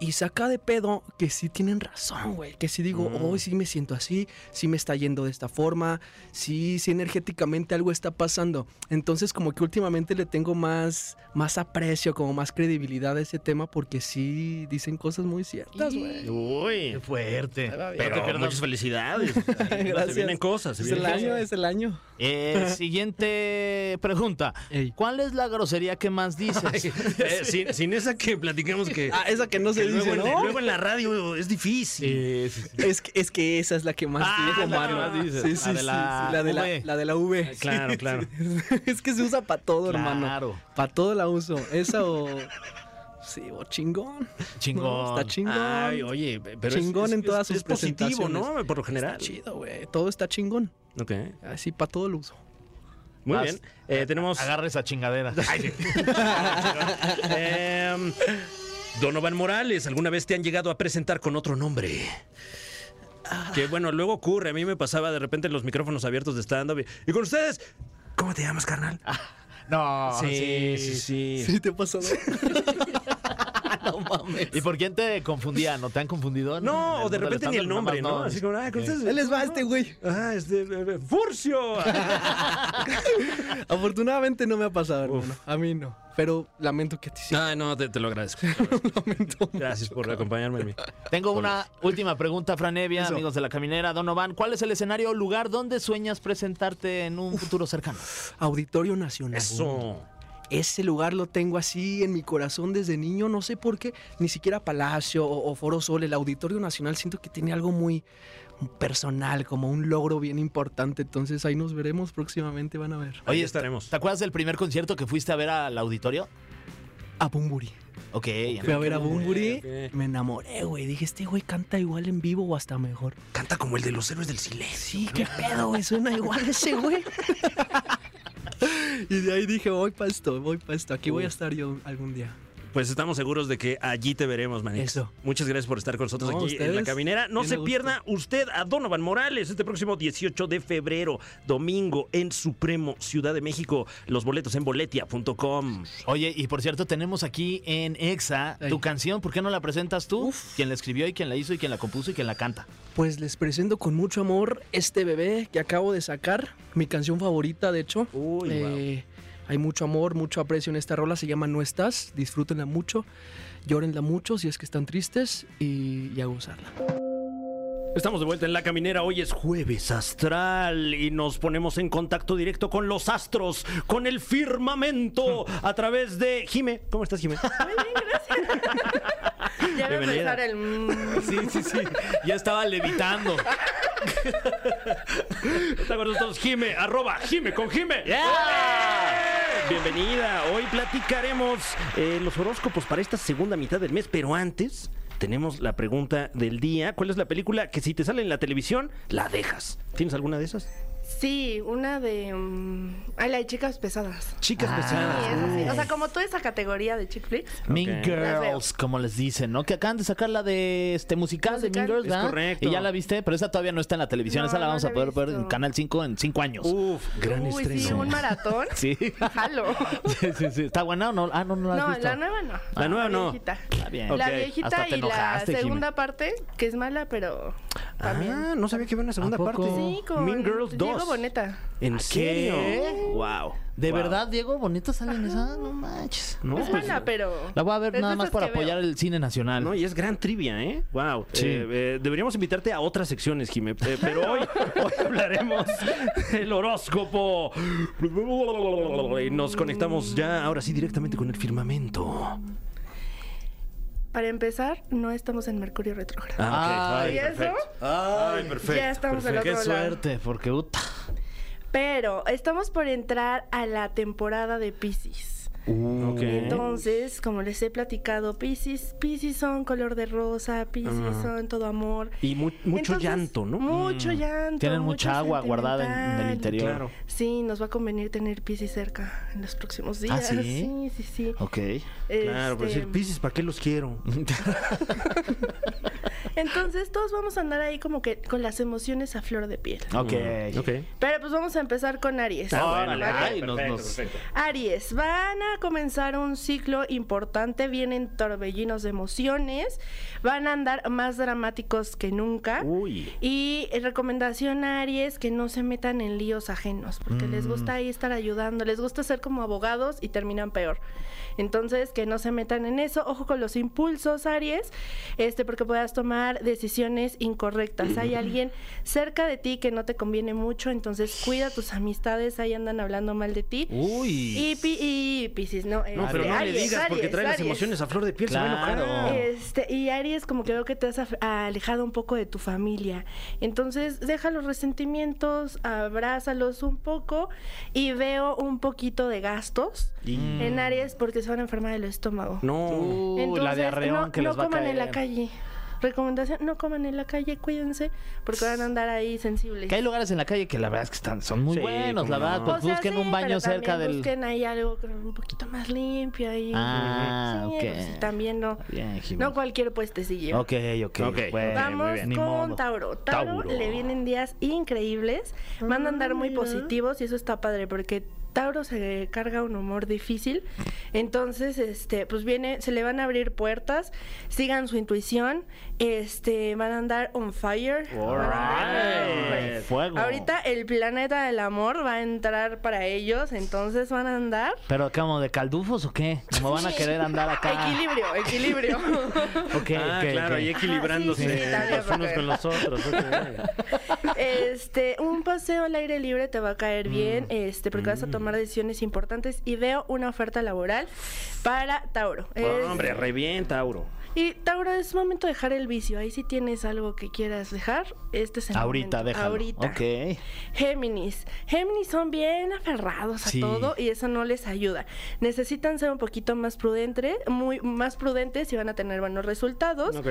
Speaker 4: Y saca de pedo que sí tienen razón, güey. Que sí digo,
Speaker 2: Mm.
Speaker 4: hoy sí me siento así, sí me está yendo de esta forma, sí, sí energéticamente algo está pasando. Entonces como que últimamente le tengo más, más aprecio, como más credibilidad a ese tema porque sí dicen cosas muy ciertas, güey.
Speaker 2: Uy.
Speaker 3: Qué fuerte.
Speaker 2: Pero
Speaker 3: te pierdas-
Speaker 2: muchas felicidades. Se
Speaker 4: Gracias.
Speaker 2: vienen cosas. se
Speaker 4: Es el
Speaker 2: vienen
Speaker 4: año, es el año.
Speaker 3: Eh, siguiente pregunta.
Speaker 4: Ey.
Speaker 3: ¿Cuál es la grosería que más dices?
Speaker 2: cosas. Eh, sin, sin esa que platicamos que,
Speaker 4: Ah, esa que no se
Speaker 2: que luego,
Speaker 4: dice,
Speaker 2: en,
Speaker 4: ¿no?
Speaker 2: luego en la radio es difícil.
Speaker 4: Es que, es que esa es la que más
Speaker 3: Ah,
Speaker 4: digo,
Speaker 3: es la que
Speaker 4: mano.
Speaker 3: más dices.
Speaker 4: Sí,
Speaker 3: La
Speaker 4: sí,
Speaker 3: de
Speaker 4: sí,
Speaker 3: la
Speaker 4: sí, la de
Speaker 3: V. Ah,
Speaker 4: la, la de la V.
Speaker 2: Claro, claro.
Speaker 4: es que se usa para todo, hermano.
Speaker 3: Claro.
Speaker 4: Para todo la uso. Esa o. Sí, o chingón.
Speaker 3: Chingón.
Speaker 4: No, está chingón.
Speaker 2: Ay, oye, pero es-
Speaker 4: Chingón
Speaker 2: es,
Speaker 4: en todas
Speaker 2: es-
Speaker 4: sus
Speaker 2: es positivo, ¿no?
Speaker 4: presentaciones.
Speaker 2: Por lo
Speaker 4: Está
Speaker 2: general.
Speaker 4: chido, güey. Todo está chingón.
Speaker 2: Ok.
Speaker 4: Así para todo lo uso.
Speaker 2: Muy
Speaker 3: Vas.
Speaker 2: bien. Eh, tenemos.
Speaker 3: Agarra esa chingadera.
Speaker 2: Em, Donovan Morales, ¿alguna vez te han llegado a presentar con otro nombre? Que bueno, luego ocurre. A mí me pasaba de repente los micrófonos abiertos de stand-up. Y, y con ustedes, ¿cómo te llamas, carnal? Eh,
Speaker 3: no.
Speaker 2: sí.
Speaker 4: Ah, Sí, te pasó.
Speaker 3: ¿Y por quién te confundían? ¿No te han confundido? en- en
Speaker 2: No, o de
Speaker 3: el
Speaker 2: repente ni el
Speaker 3: stand-up?
Speaker 2: nombre,
Speaker 3: Nada
Speaker 2: ¿no?
Speaker 3: más,
Speaker 2: Así como, ah, ¿con ustedes?
Speaker 4: Él les va este, güey.
Speaker 2: Ah, este. eh, ¡Furcio!
Speaker 4: Afortunadamente no me ha pasado,
Speaker 2: Uf.
Speaker 4: hermano. A mí no. Pero lamento que a ti
Speaker 3: Ah.
Speaker 4: sí.
Speaker 2: Ay, Ah, no, te, te lo agradezco. Gracias por acompañarme en mi.
Speaker 3: Tengo una última pregunta, Franevia,
Speaker 4: Eso.
Speaker 3: amigos de la caminera, Donovan. ¿Cuál es el escenario o lugar donde sueñas presentarte en un futuro cercano?
Speaker 4: Auditorio Nacional.
Speaker 2: Eso.
Speaker 4: Ese lugar lo tengo así en mi corazón desde niño, no sé por qué, ni siquiera Palacio o, o Foro Sol, el Auditorio Nacional, siento que tiene algo muy personal, como un logro bien importante, entonces ahí nos veremos próximamente, van a ver.
Speaker 2: Ahí
Speaker 3: Oye,
Speaker 2: estaremos.
Speaker 3: ¿Te acuerdas del primer concierto que fuiste a ver al auditorio?
Speaker 4: A Bumburi.
Speaker 3: Ok.
Speaker 4: Fui a ver a Bumburi,
Speaker 2: ok.
Speaker 4: me enamoré, güey, dije, este güey canta igual en vivo o hasta mejor.
Speaker 2: Canta como el de los héroes del silencio.
Speaker 4: Sí, qué pedo, güey, suena igual ese güey. y de ahí dije, voy pa' esto, voy pa' esto, aquí voy a estar yo algún día.
Speaker 2: Pues estamos seguros de que allí te veremos, Manix.
Speaker 4: Eso.
Speaker 2: Muchas gracias por estar con nosotros
Speaker 4: No,
Speaker 2: aquí en La
Speaker 4: ustedes,
Speaker 2: Caminera. No
Speaker 4: bien
Speaker 2: se
Speaker 4: a gusto.
Speaker 2: pierda usted a Donovan Morales este próximo 18 de febrero, domingo, en Supremo, Ciudad de México. Los boletos en boletia.com.
Speaker 3: Oye, y por cierto, tenemos aquí en Exa
Speaker 4: Ahí.
Speaker 3: tu canción. ¿Por qué no la presentas tú?
Speaker 4: Uf.
Speaker 3: ¿Quién la escribió y quién la hizo y quién la compuso y quién la canta?
Speaker 4: Pues les presento con mucho amor este bebé que acabo de sacar, mi canción favorita de hecho.
Speaker 2: Uy,
Speaker 4: Eh, Hay mucho amor, mucho aprecio en esta rola, se llama No Estás, disfrútenla mucho, llórenla mucho si es que están tristes y, y a gozarla.
Speaker 2: Estamos de vuelta en La Caminera. Hoy es jueves astral y nos ponemos en contacto directo con los astros, con el firmamento, a través de Jime. ¿Cómo estás, Jime?
Speaker 5: Ya me
Speaker 2: Bienvenida.
Speaker 5: empezar el. mm.
Speaker 3: Sí, sí, sí. Ya estaba levitando.
Speaker 2: Está con nosotros Jime, arroba Jime con Jime.
Speaker 5: Ah.
Speaker 2: Bienvenida, hoy platicaremos eh, los horóscopos para esta segunda mitad del mes, pero antes tenemos la pregunta del día. ¿Cuál es la película que si te sale en la televisión, la dejas? ¿Tienes alguna de esas?
Speaker 5: Sí, una de. mm, ay, la de chicas pesadas.
Speaker 2: Chicas
Speaker 3: pues,
Speaker 5: Sí,
Speaker 2: pesadas.
Speaker 5: es así. O
Speaker 2: Uy.
Speaker 5: sea, como toda esa categoría de chick flicks.
Speaker 3: ah, Mean
Speaker 2: Ok.
Speaker 3: Girls, como les dicen, ¿no? Que acaban de sacar la de este musical, de Mean
Speaker 5: Musical.
Speaker 3: Girls,
Speaker 2: Es
Speaker 3: ¿verdad?
Speaker 2: correcto.
Speaker 3: Y ya la viste, pero esa todavía no está en la televisión.
Speaker 5: No,
Speaker 3: esa la
Speaker 5: no
Speaker 3: vamos
Speaker 5: la
Speaker 3: a
Speaker 5: he
Speaker 3: poder ver en
Speaker 5: visto.
Speaker 3: Canal 5 en 5 años.
Speaker 2: Uf, gran
Speaker 5: Uy, sí,
Speaker 2: estreno.
Speaker 5: un maratón.
Speaker 3: Sí.
Speaker 5: Jalo.
Speaker 3: sí, sí, sí. ¿Está buena o no? Ah, no, no la has
Speaker 5: No,
Speaker 3: visto.
Speaker 5: la nueva no.
Speaker 2: La nueva no.
Speaker 5: viejita.
Speaker 3: Está bien.
Speaker 5: La
Speaker 2: Ok.
Speaker 3: Hasta
Speaker 5: viejita
Speaker 3: te
Speaker 5: y la
Speaker 3: enojaste, Jimmy.
Speaker 5: segunda parte, que es mala, pero también.
Speaker 2: Ah, no sabía que iba en la segunda
Speaker 3: ¿A poco?
Speaker 2: parte.
Speaker 5: sí, con
Speaker 2: Mean Girls 2.
Speaker 5: Diego Boneta. ¿Ah, ¿Eh?
Speaker 2: ¿En serio?
Speaker 3: ¿Qué?
Speaker 2: Wow.
Speaker 3: ¿De
Speaker 2: Wow.
Speaker 3: verdad, Diego? ¿Bonita sale en esa? No manches.
Speaker 2: No,
Speaker 5: es
Speaker 2: pues,
Speaker 5: mala, pero.
Speaker 3: La voy a ver
Speaker 5: es de
Speaker 3: nada más
Speaker 5: esas
Speaker 3: para
Speaker 5: que veo.
Speaker 3: apoyar el cine nacional.
Speaker 2: No, y es gran trivia, ¿eh? Wow.
Speaker 3: Sí.
Speaker 2: deberíamos invitarte a otras secciones, Jimé. eh, pero hoy, hoy hablaremos del horóscopo. Y nos conectamos ya, ahora sí, directamente con el firmamento.
Speaker 5: Para empezar, no estamos en Mercurio retrógrado.
Speaker 2: Ah, ok.
Speaker 3: Ay,
Speaker 5: ¿Y eso?
Speaker 2: Ay,
Speaker 5: ya estamos del
Speaker 3: Qué
Speaker 5: otro lado.
Speaker 3: suerte, porque uta.
Speaker 5: Pero estamos por entrar a la temporada de Pisces.
Speaker 2: Ok.
Speaker 5: Entonces, como les he platicado, Pisces, Pisces son color de rosa, Pisces son todo amor.
Speaker 2: Y mu- mucho
Speaker 5: Entonces,
Speaker 2: llanto, ¿no? Mm.
Speaker 5: Mucho llanto.
Speaker 3: Tienen mucha
Speaker 5: mucho
Speaker 3: agua guardada en, en el
Speaker 5: sentimental.
Speaker 3: interior.
Speaker 2: Claro.
Speaker 5: Sí, nos va a convenir tener Pisces cerca en los próximos
Speaker 3: ¿Ah,
Speaker 5: días.
Speaker 3: sí?
Speaker 5: sí, sí. sí.
Speaker 3: Ok. pues
Speaker 2: Claro, pero
Speaker 5: Este,
Speaker 2: decir, Pisces, ¿para qué los quiero?
Speaker 5: Entonces, todos vamos a andar ahí como que con las emociones a flor de piel.
Speaker 3: Ok.
Speaker 2: Ok.
Speaker 5: Pero pues vamos a empezar con Aries.
Speaker 3: Ah,
Speaker 5: ¿vale?
Speaker 3: órale, ay, nos- nos-
Speaker 5: Aries, van a comenzar un ciclo importante, vienen torbellinos de emociones, van a andar más dramáticos que nunca.
Speaker 2: Uy.
Speaker 5: Y eh, recomendación a Aries que no se metan en líos ajenos, porque les
Speaker 2: Mm.
Speaker 5: gusta ahí estar ayudando, les gusta ser como abogados y terminan peor. Entonces, que no se metan en eso, ojo con los impulsos, Aries, este porque puedas tomar decisiones incorrectas. Hay alguien cerca de ti que no te conviene mucho, entonces cuida tus amistades, ahí andan hablando mal de ti.
Speaker 3: Uy.
Speaker 5: Y, pi- y Piscis, no,
Speaker 2: No, pero
Speaker 5: este,
Speaker 2: no le
Speaker 5: Aries,
Speaker 2: digas porque
Speaker 5: Aries,
Speaker 2: trae las
Speaker 5: Aries.
Speaker 2: emociones a flor de piel. Se va a
Speaker 3: Claro.
Speaker 2: enojar.
Speaker 5: Este, y Aries, como que veo que te has af- alejado un poco de tu familia. Entonces, deja los resentimientos, abrázalos un poco y veo un poquito de gastos en Aries porque se van a enfermar del estómago.
Speaker 2: No.
Speaker 3: Uh, Mm. la
Speaker 5: Entonces,
Speaker 3: diarreón
Speaker 5: no,
Speaker 3: que les
Speaker 5: no
Speaker 3: va a
Speaker 5: coman
Speaker 3: caer.
Speaker 5: en la calle. Recomendación, no coman en la calle, cuídense porque van a andar ahí sensibles.
Speaker 3: Que hay lugares en la calle que la verdad es que están, son muy
Speaker 2: Sí,
Speaker 3: buenos,
Speaker 2: cómo
Speaker 3: la verdad.
Speaker 2: no.
Speaker 3: Pues
Speaker 5: O sea,
Speaker 3: busquen
Speaker 5: sí,
Speaker 3: un baño
Speaker 5: pero
Speaker 3: cerca
Speaker 5: también
Speaker 3: del.
Speaker 5: Busquen ahí algo con un poquito más limpio ahí.
Speaker 3: Ah,
Speaker 5: Sí,
Speaker 3: ok.
Speaker 5: pues, sí, también no.
Speaker 3: Bien, Jimena.
Speaker 5: No cualquier puestecillo.
Speaker 3: Ok, ok.
Speaker 2: Ok.
Speaker 3: bueno, Eh, muy
Speaker 5: Vamos
Speaker 3: bien. Ni modo.
Speaker 5: con Tauro. Tauro.
Speaker 3: Tauro.
Speaker 5: le vienen días increíbles. Van a andar muy positivos y eso está padre porque Tauro se carga un humor difícil. Entonces, este, pues viene, se le van a abrir puertas. Sigan su intuición. Este, van a andar on fire. Van a andar,
Speaker 3: Alright.
Speaker 5: hombre.
Speaker 3: Fuego.
Speaker 5: Ahorita el planeta del amor va a entrar para ellos, entonces van a andar.
Speaker 3: ¿Pero acá como de caldufos o qué? ¿Cómo van a querer andar acá?
Speaker 5: Equilibrio, equilibrio.
Speaker 3: Ok,
Speaker 2: ah,
Speaker 3: ok,
Speaker 2: claro,
Speaker 3: ok.
Speaker 2: ahí equilibrándose
Speaker 5: Ajá, Ah, sí, sí, también,
Speaker 2: los unos
Speaker 5: porque-
Speaker 2: con los otros. ok.
Speaker 5: Este, un paseo al aire libre te va a caer
Speaker 3: Mm.
Speaker 5: bien, este, porque vas a tomar decisiones importantes y veo una oferta laboral para Tauro. Es-
Speaker 2: No, hombre, revienta, Tauro.
Speaker 5: y Tauro es momento de dejar el vicio. Ahí si tienes algo que quieras dejar, este es el
Speaker 3: Ahorita,
Speaker 5: momento.
Speaker 3: déjalo.
Speaker 5: Ahorita.
Speaker 3: Ok.
Speaker 5: Géminis. Géminis son bien aferrados a
Speaker 3: Sí.
Speaker 5: todo y eso no les ayuda. Necesitan ser un poquito más prudentes, muy más prudentes y van a tener buenos resultados.
Speaker 2: Ok.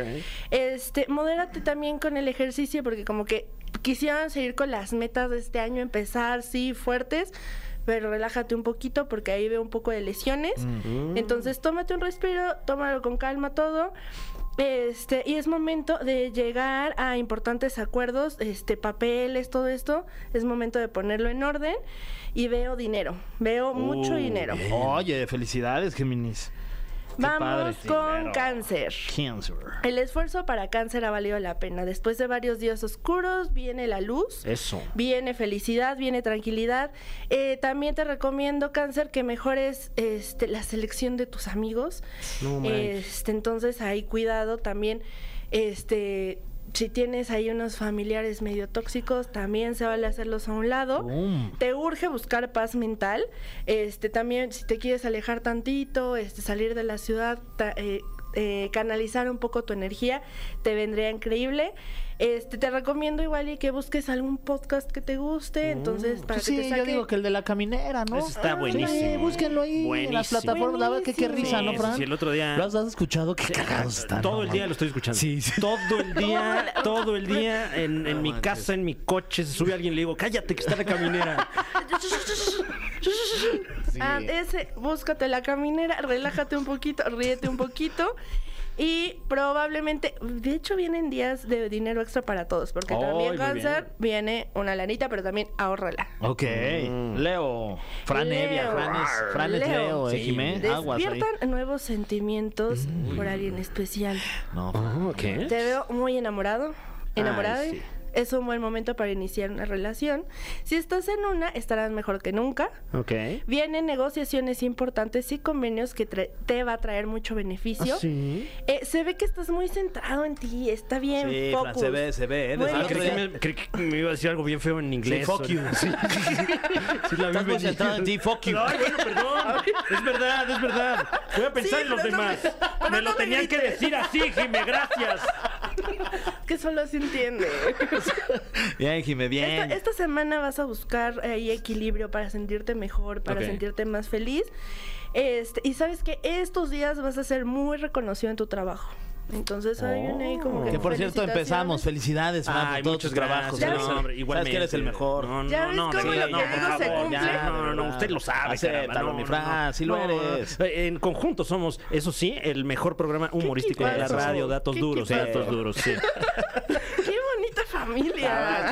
Speaker 5: Este, modérate también con el ejercicio porque como que quisieran seguir con las metas de este año, empezar sí fuertes, pero relájate un poquito porque ahí veo un poco de lesiones.
Speaker 3: Mm.
Speaker 5: Entonces, tómate un respiro, tómalo con calma todo. Este, y es momento de llegar a importantes acuerdos, este, papeles, todo esto, es momento de ponerlo en orden y veo dinero, veo mucho dinero.
Speaker 3: eh, Oye, felicidades, Géminis. padre.
Speaker 5: Vamos con
Speaker 3: Dinero.
Speaker 5: cáncer.
Speaker 3: Cancer.
Speaker 5: El esfuerzo para cáncer ha valido la pena. Después de varios días oscuros viene la luz.
Speaker 2: Eso.
Speaker 5: Viene felicidad, viene tranquilidad. Eh, también te recomiendo, Cáncer, que mejores este, la selección de tus amigos.
Speaker 2: No manches.
Speaker 5: este, entonces ahí cuidado también. Este, si tienes ahí unos familiares medio tóxicos, también se vale hacerlos a un lado.
Speaker 3: Boom.
Speaker 5: Te urge buscar paz mental. Este, también si te quieres alejar tantito, este, salir de la ciudad, ta- eh, eh, canalizar un poco tu energía, te vendría increíble. Este, te recomiendo igual y que busques algún podcast que te guste, entonces para
Speaker 6: Pues
Speaker 5: que
Speaker 6: sí,
Speaker 5: te saque...
Speaker 6: yo digo que el de la caminera, ¿no?
Speaker 2: Ese está
Speaker 6: Ah,
Speaker 2: buenísimo.
Speaker 6: sí, búsquenlo ahí en las
Speaker 2: Buenísimo.
Speaker 6: plataformas. La verdad que qué risa, ¿no,
Speaker 2: Sí,
Speaker 6: Fran?
Speaker 2: sí, el otro día-
Speaker 6: ¿Lo has, has escuchado? Qué cagados están.
Speaker 2: Todo
Speaker 6: no
Speaker 2: el día lo
Speaker 6: mames.
Speaker 2: estoy escuchando.
Speaker 6: Sí, sí.
Speaker 2: Todo el día, todo el día en, en mi casa, en mi coche, se sube alguien y le digo, cállate que está la caminera.
Speaker 5: Ah, ese, búscate la caminera, relájate un poquito, ríete un poquito. Y probablemente, de hecho, vienen días de dinero extra para todos, porque
Speaker 2: Ay,
Speaker 5: también
Speaker 2: muy
Speaker 5: cáncer viene una lanita, pero también ahórrala.
Speaker 6: Ok. Leo. Fran
Speaker 5: Leo.
Speaker 6: Evia. Fran es, Fran es
Speaker 5: Leo.
Speaker 6: Leo, eh,
Speaker 2: Sí.
Speaker 6: Jimé. Aguas ahí.
Speaker 5: Despiertan nuevos sentimientos
Speaker 3: Mm.
Speaker 5: por alguien especial.
Speaker 6: No,
Speaker 2: ¿Qué?
Speaker 5: Te veo muy enamorado, enamorada.
Speaker 2: sí.
Speaker 5: Es un buen momento para iniciar una relación. Si estás en una, estarás mejor que nunca.
Speaker 2: Ok.
Speaker 5: Vienen negociaciones importantes y convenios que tra- te va a traer mucho
Speaker 2: Ah,
Speaker 5: beneficio.
Speaker 3: Ah,
Speaker 5: Eh, se ve que estás muy centrado en ti, está bien.
Speaker 3: Sí, Fran,
Speaker 5: focus.
Speaker 3: se ve, se ve, ¿eh?
Speaker 5: Muy
Speaker 3: Desde
Speaker 2: Ah,
Speaker 5: bien.
Speaker 3: el
Speaker 2: creí, que me, creí que me iba a decir algo bien feo en inglés.
Speaker 3: fuck you.
Speaker 2: Sí, sí, sí. Sí, la vi
Speaker 3: Estás
Speaker 2: venir.
Speaker 3: concentrado en ti, fuck you.
Speaker 2: Ay, bueno, perdón. Es verdad, es verdad. Voy a pensar
Speaker 5: Sí,
Speaker 2: en los
Speaker 5: pero no
Speaker 2: demás.
Speaker 5: me- pero
Speaker 2: me
Speaker 5: no
Speaker 2: lo
Speaker 5: me
Speaker 2: tenían que
Speaker 5: grites.
Speaker 2: decir así, Jimé, gracias.
Speaker 5: Que solo se entiende.
Speaker 3: Bien, Jimé, bien.
Speaker 5: Esta, esta semana vas a buscar ahí equilibrio para sentirte mejor, para
Speaker 3: Ok.
Speaker 5: sentirte más feliz. Este, y sabes que estos días vas a ser muy reconocido en tu trabajo. Entonces hay un ahí como que
Speaker 3: Oh. Que por cierto empezamos. eh. Felicidades, Fran, por
Speaker 2: Ay,
Speaker 3: todos
Speaker 2: muchas
Speaker 3: tus trabajos.
Speaker 2: gracias.
Speaker 5: ¿Ya
Speaker 2: no,
Speaker 5: ves?
Speaker 2: hombre, igualmente.
Speaker 3: Sabes que eres el mejor.
Speaker 2: No, no,
Speaker 5: ¿Ya ves
Speaker 2: no, de
Speaker 5: cómo
Speaker 2: verdad,
Speaker 5: lo
Speaker 2: no,
Speaker 5: que
Speaker 2: por
Speaker 5: digo se
Speaker 2: favor,
Speaker 5: cumple?
Speaker 2: ya, no, no, no,
Speaker 3: Ya,
Speaker 2: usted lo sabe,
Speaker 3: acéptalo,
Speaker 2: caramba, no,
Speaker 3: mi
Speaker 2: no,
Speaker 3: Fran,
Speaker 2: no.
Speaker 3: sí lo
Speaker 2: No, no,
Speaker 3: eres.
Speaker 2: no. En conjunto somos, eso sí, el mejor programa humorístico de la
Speaker 5: equipazo,
Speaker 2: radio, datos
Speaker 5: qué
Speaker 2: duros, ¿eh?
Speaker 5: equipazo.
Speaker 2: datos duros, sí.
Speaker 5: Qué bonita
Speaker 3: Ah,
Speaker 5: familia.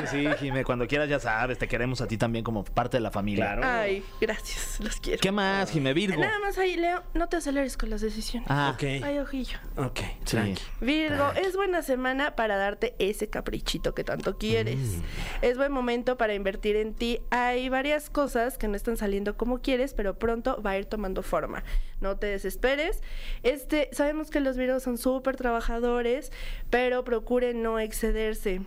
Speaker 3: es que sí, Jimé, cuando quieras ya sabes, te queremos a ti también como parte de la familia.
Speaker 2: Claro.
Speaker 5: Ay, gracias, los quiero.
Speaker 3: ¿Qué más, Jimé Virgo?
Speaker 5: Nada más ahí, Leo, no te aceleres con las decisiones.
Speaker 3: Ah,
Speaker 2: Ok,
Speaker 5: Ay, ojillo.
Speaker 2: ok,
Speaker 3: sí.
Speaker 2: tranqui.
Speaker 5: Virgo, es buena semana para darte ese caprichito que tanto quieres. Es buen momento para invertir en ti. Hay varias cosas que no están saliendo como quieres, pero pronto va a ir tomando forma. No te desesperes. Este, sabemos que los virgos son súper trabajadores, pero procuren no excederse.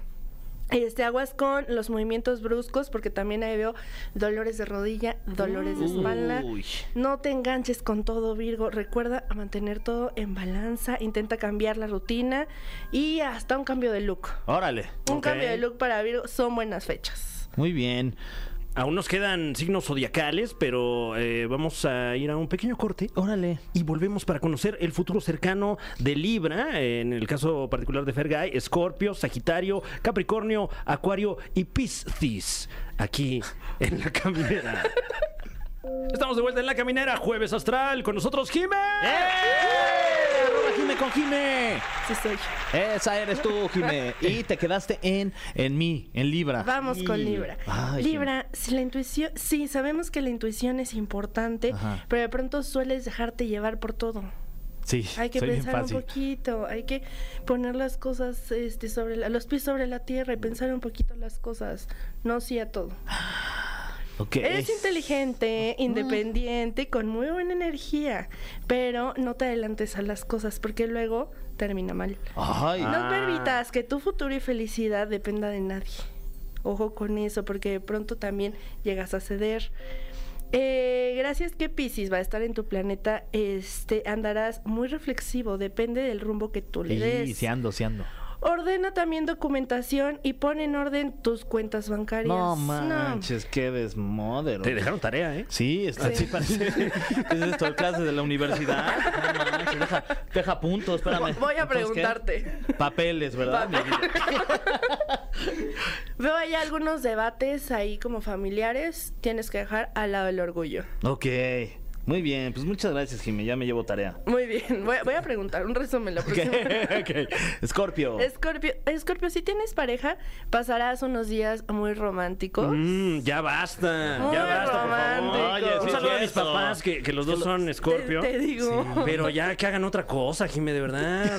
Speaker 5: Este, aguas con los movimientos bruscos, porque también ahí veo dolores de rodilla, dolores
Speaker 3: Uh.
Speaker 5: de espalda.
Speaker 3: Uy.
Speaker 5: No te enganches con todo, Virgo. Recuerda a mantener todo en balanza. Intenta cambiar la rutina y hasta un cambio de look.
Speaker 3: Órale.
Speaker 5: Un
Speaker 2: Ok.
Speaker 5: cambio de look para Virgo son buenas fechas.
Speaker 3: Muy bien.
Speaker 2: Aún nos quedan signos zodiacales, pero eh, vamos a ir a un pequeño corte.
Speaker 3: Órale.
Speaker 2: Y volvemos para conocer el futuro cercano de Libra, eh, en el caso particular de Fergay, Escorpio, Sagitario, Capricornio, Acuario y Piscis, aquí en la caminera. Estamos de vuelta en la caminera, jueves astral, con nosotros Jimé. ¡Eh!
Speaker 3: Arroba Jime con Jime.
Speaker 5: Sí soy yo.
Speaker 3: Esa eres tú, Jime. Y te quedaste en, en mí, en Ah, Libra.
Speaker 5: Vamos con Libra.
Speaker 3: Ay,
Speaker 5: Libra, si la intuición, sí, sabemos que la intuición es importante,
Speaker 3: Ajá.
Speaker 5: pero de pronto sueles dejarte llevar por todo.
Speaker 3: Sí,
Speaker 5: Hay que
Speaker 3: soy bien
Speaker 5: pensar un
Speaker 3: fácil.
Speaker 5: poquito, hay que poner las cosas este, sobre la- los pies sobre la tierra y pensar un poquito las cosas, no sí a todo.
Speaker 3: Ok.
Speaker 5: Eres inteligente, independiente, con muy buena energía, pero no te adelantes a las cosas porque luego termina mal.
Speaker 3: Ay. Ah.
Speaker 5: No permitas que tu futuro y felicidad dependa de nadie. Ojo con eso, porque de pronto también llegas a ceder. Eh, gracias que Pisces va a estar en tu planeta, este andarás muy reflexivo, depende del rumbo que tú le des.
Speaker 3: Sí, sí ando, sí ando.
Speaker 5: Ordena también documentación y pon en orden tus cuentas bancarias.
Speaker 3: No manches, qué desmodero.
Speaker 2: Te dejaron tarea, ¿eh?
Speaker 3: Sí, está
Speaker 5: Sí.
Speaker 3: así parece. Es esto, clases de la universidad. No manches, deja, deja puntos, espérame.
Speaker 5: Voy
Speaker 3: Entonces,
Speaker 5: a
Speaker 3: ¿qué?
Speaker 5: preguntarte.
Speaker 3: Papeles, ¿verdad? mi vida?
Speaker 5: Veo ahí algunos debates ahí como familiares. Tienes que dejar al lado el orgullo.
Speaker 3: ok. Muy bien, pues muchas gracias, Jimmy. Ya me llevo tarea.
Speaker 5: Muy bien. Voy, voy a preguntar un resumen la
Speaker 3: Ok,
Speaker 5: próxima.
Speaker 3: ok. Scorpio.
Speaker 5: Escorpio, Escorpio, si tienes pareja, pasarás unos días muy románticos.
Speaker 2: Mm, ya basta,
Speaker 5: Muy
Speaker 2: ya basta, por favor.
Speaker 5: romántico. Oye, sí
Speaker 2: Un
Speaker 5: es
Speaker 2: saludo a mis
Speaker 3: cierto.
Speaker 2: papás, que, que los dos son Escorpio.
Speaker 5: Te, te digo.
Speaker 2: Pero ya que hagan otra cosa, Jimé, de verdad.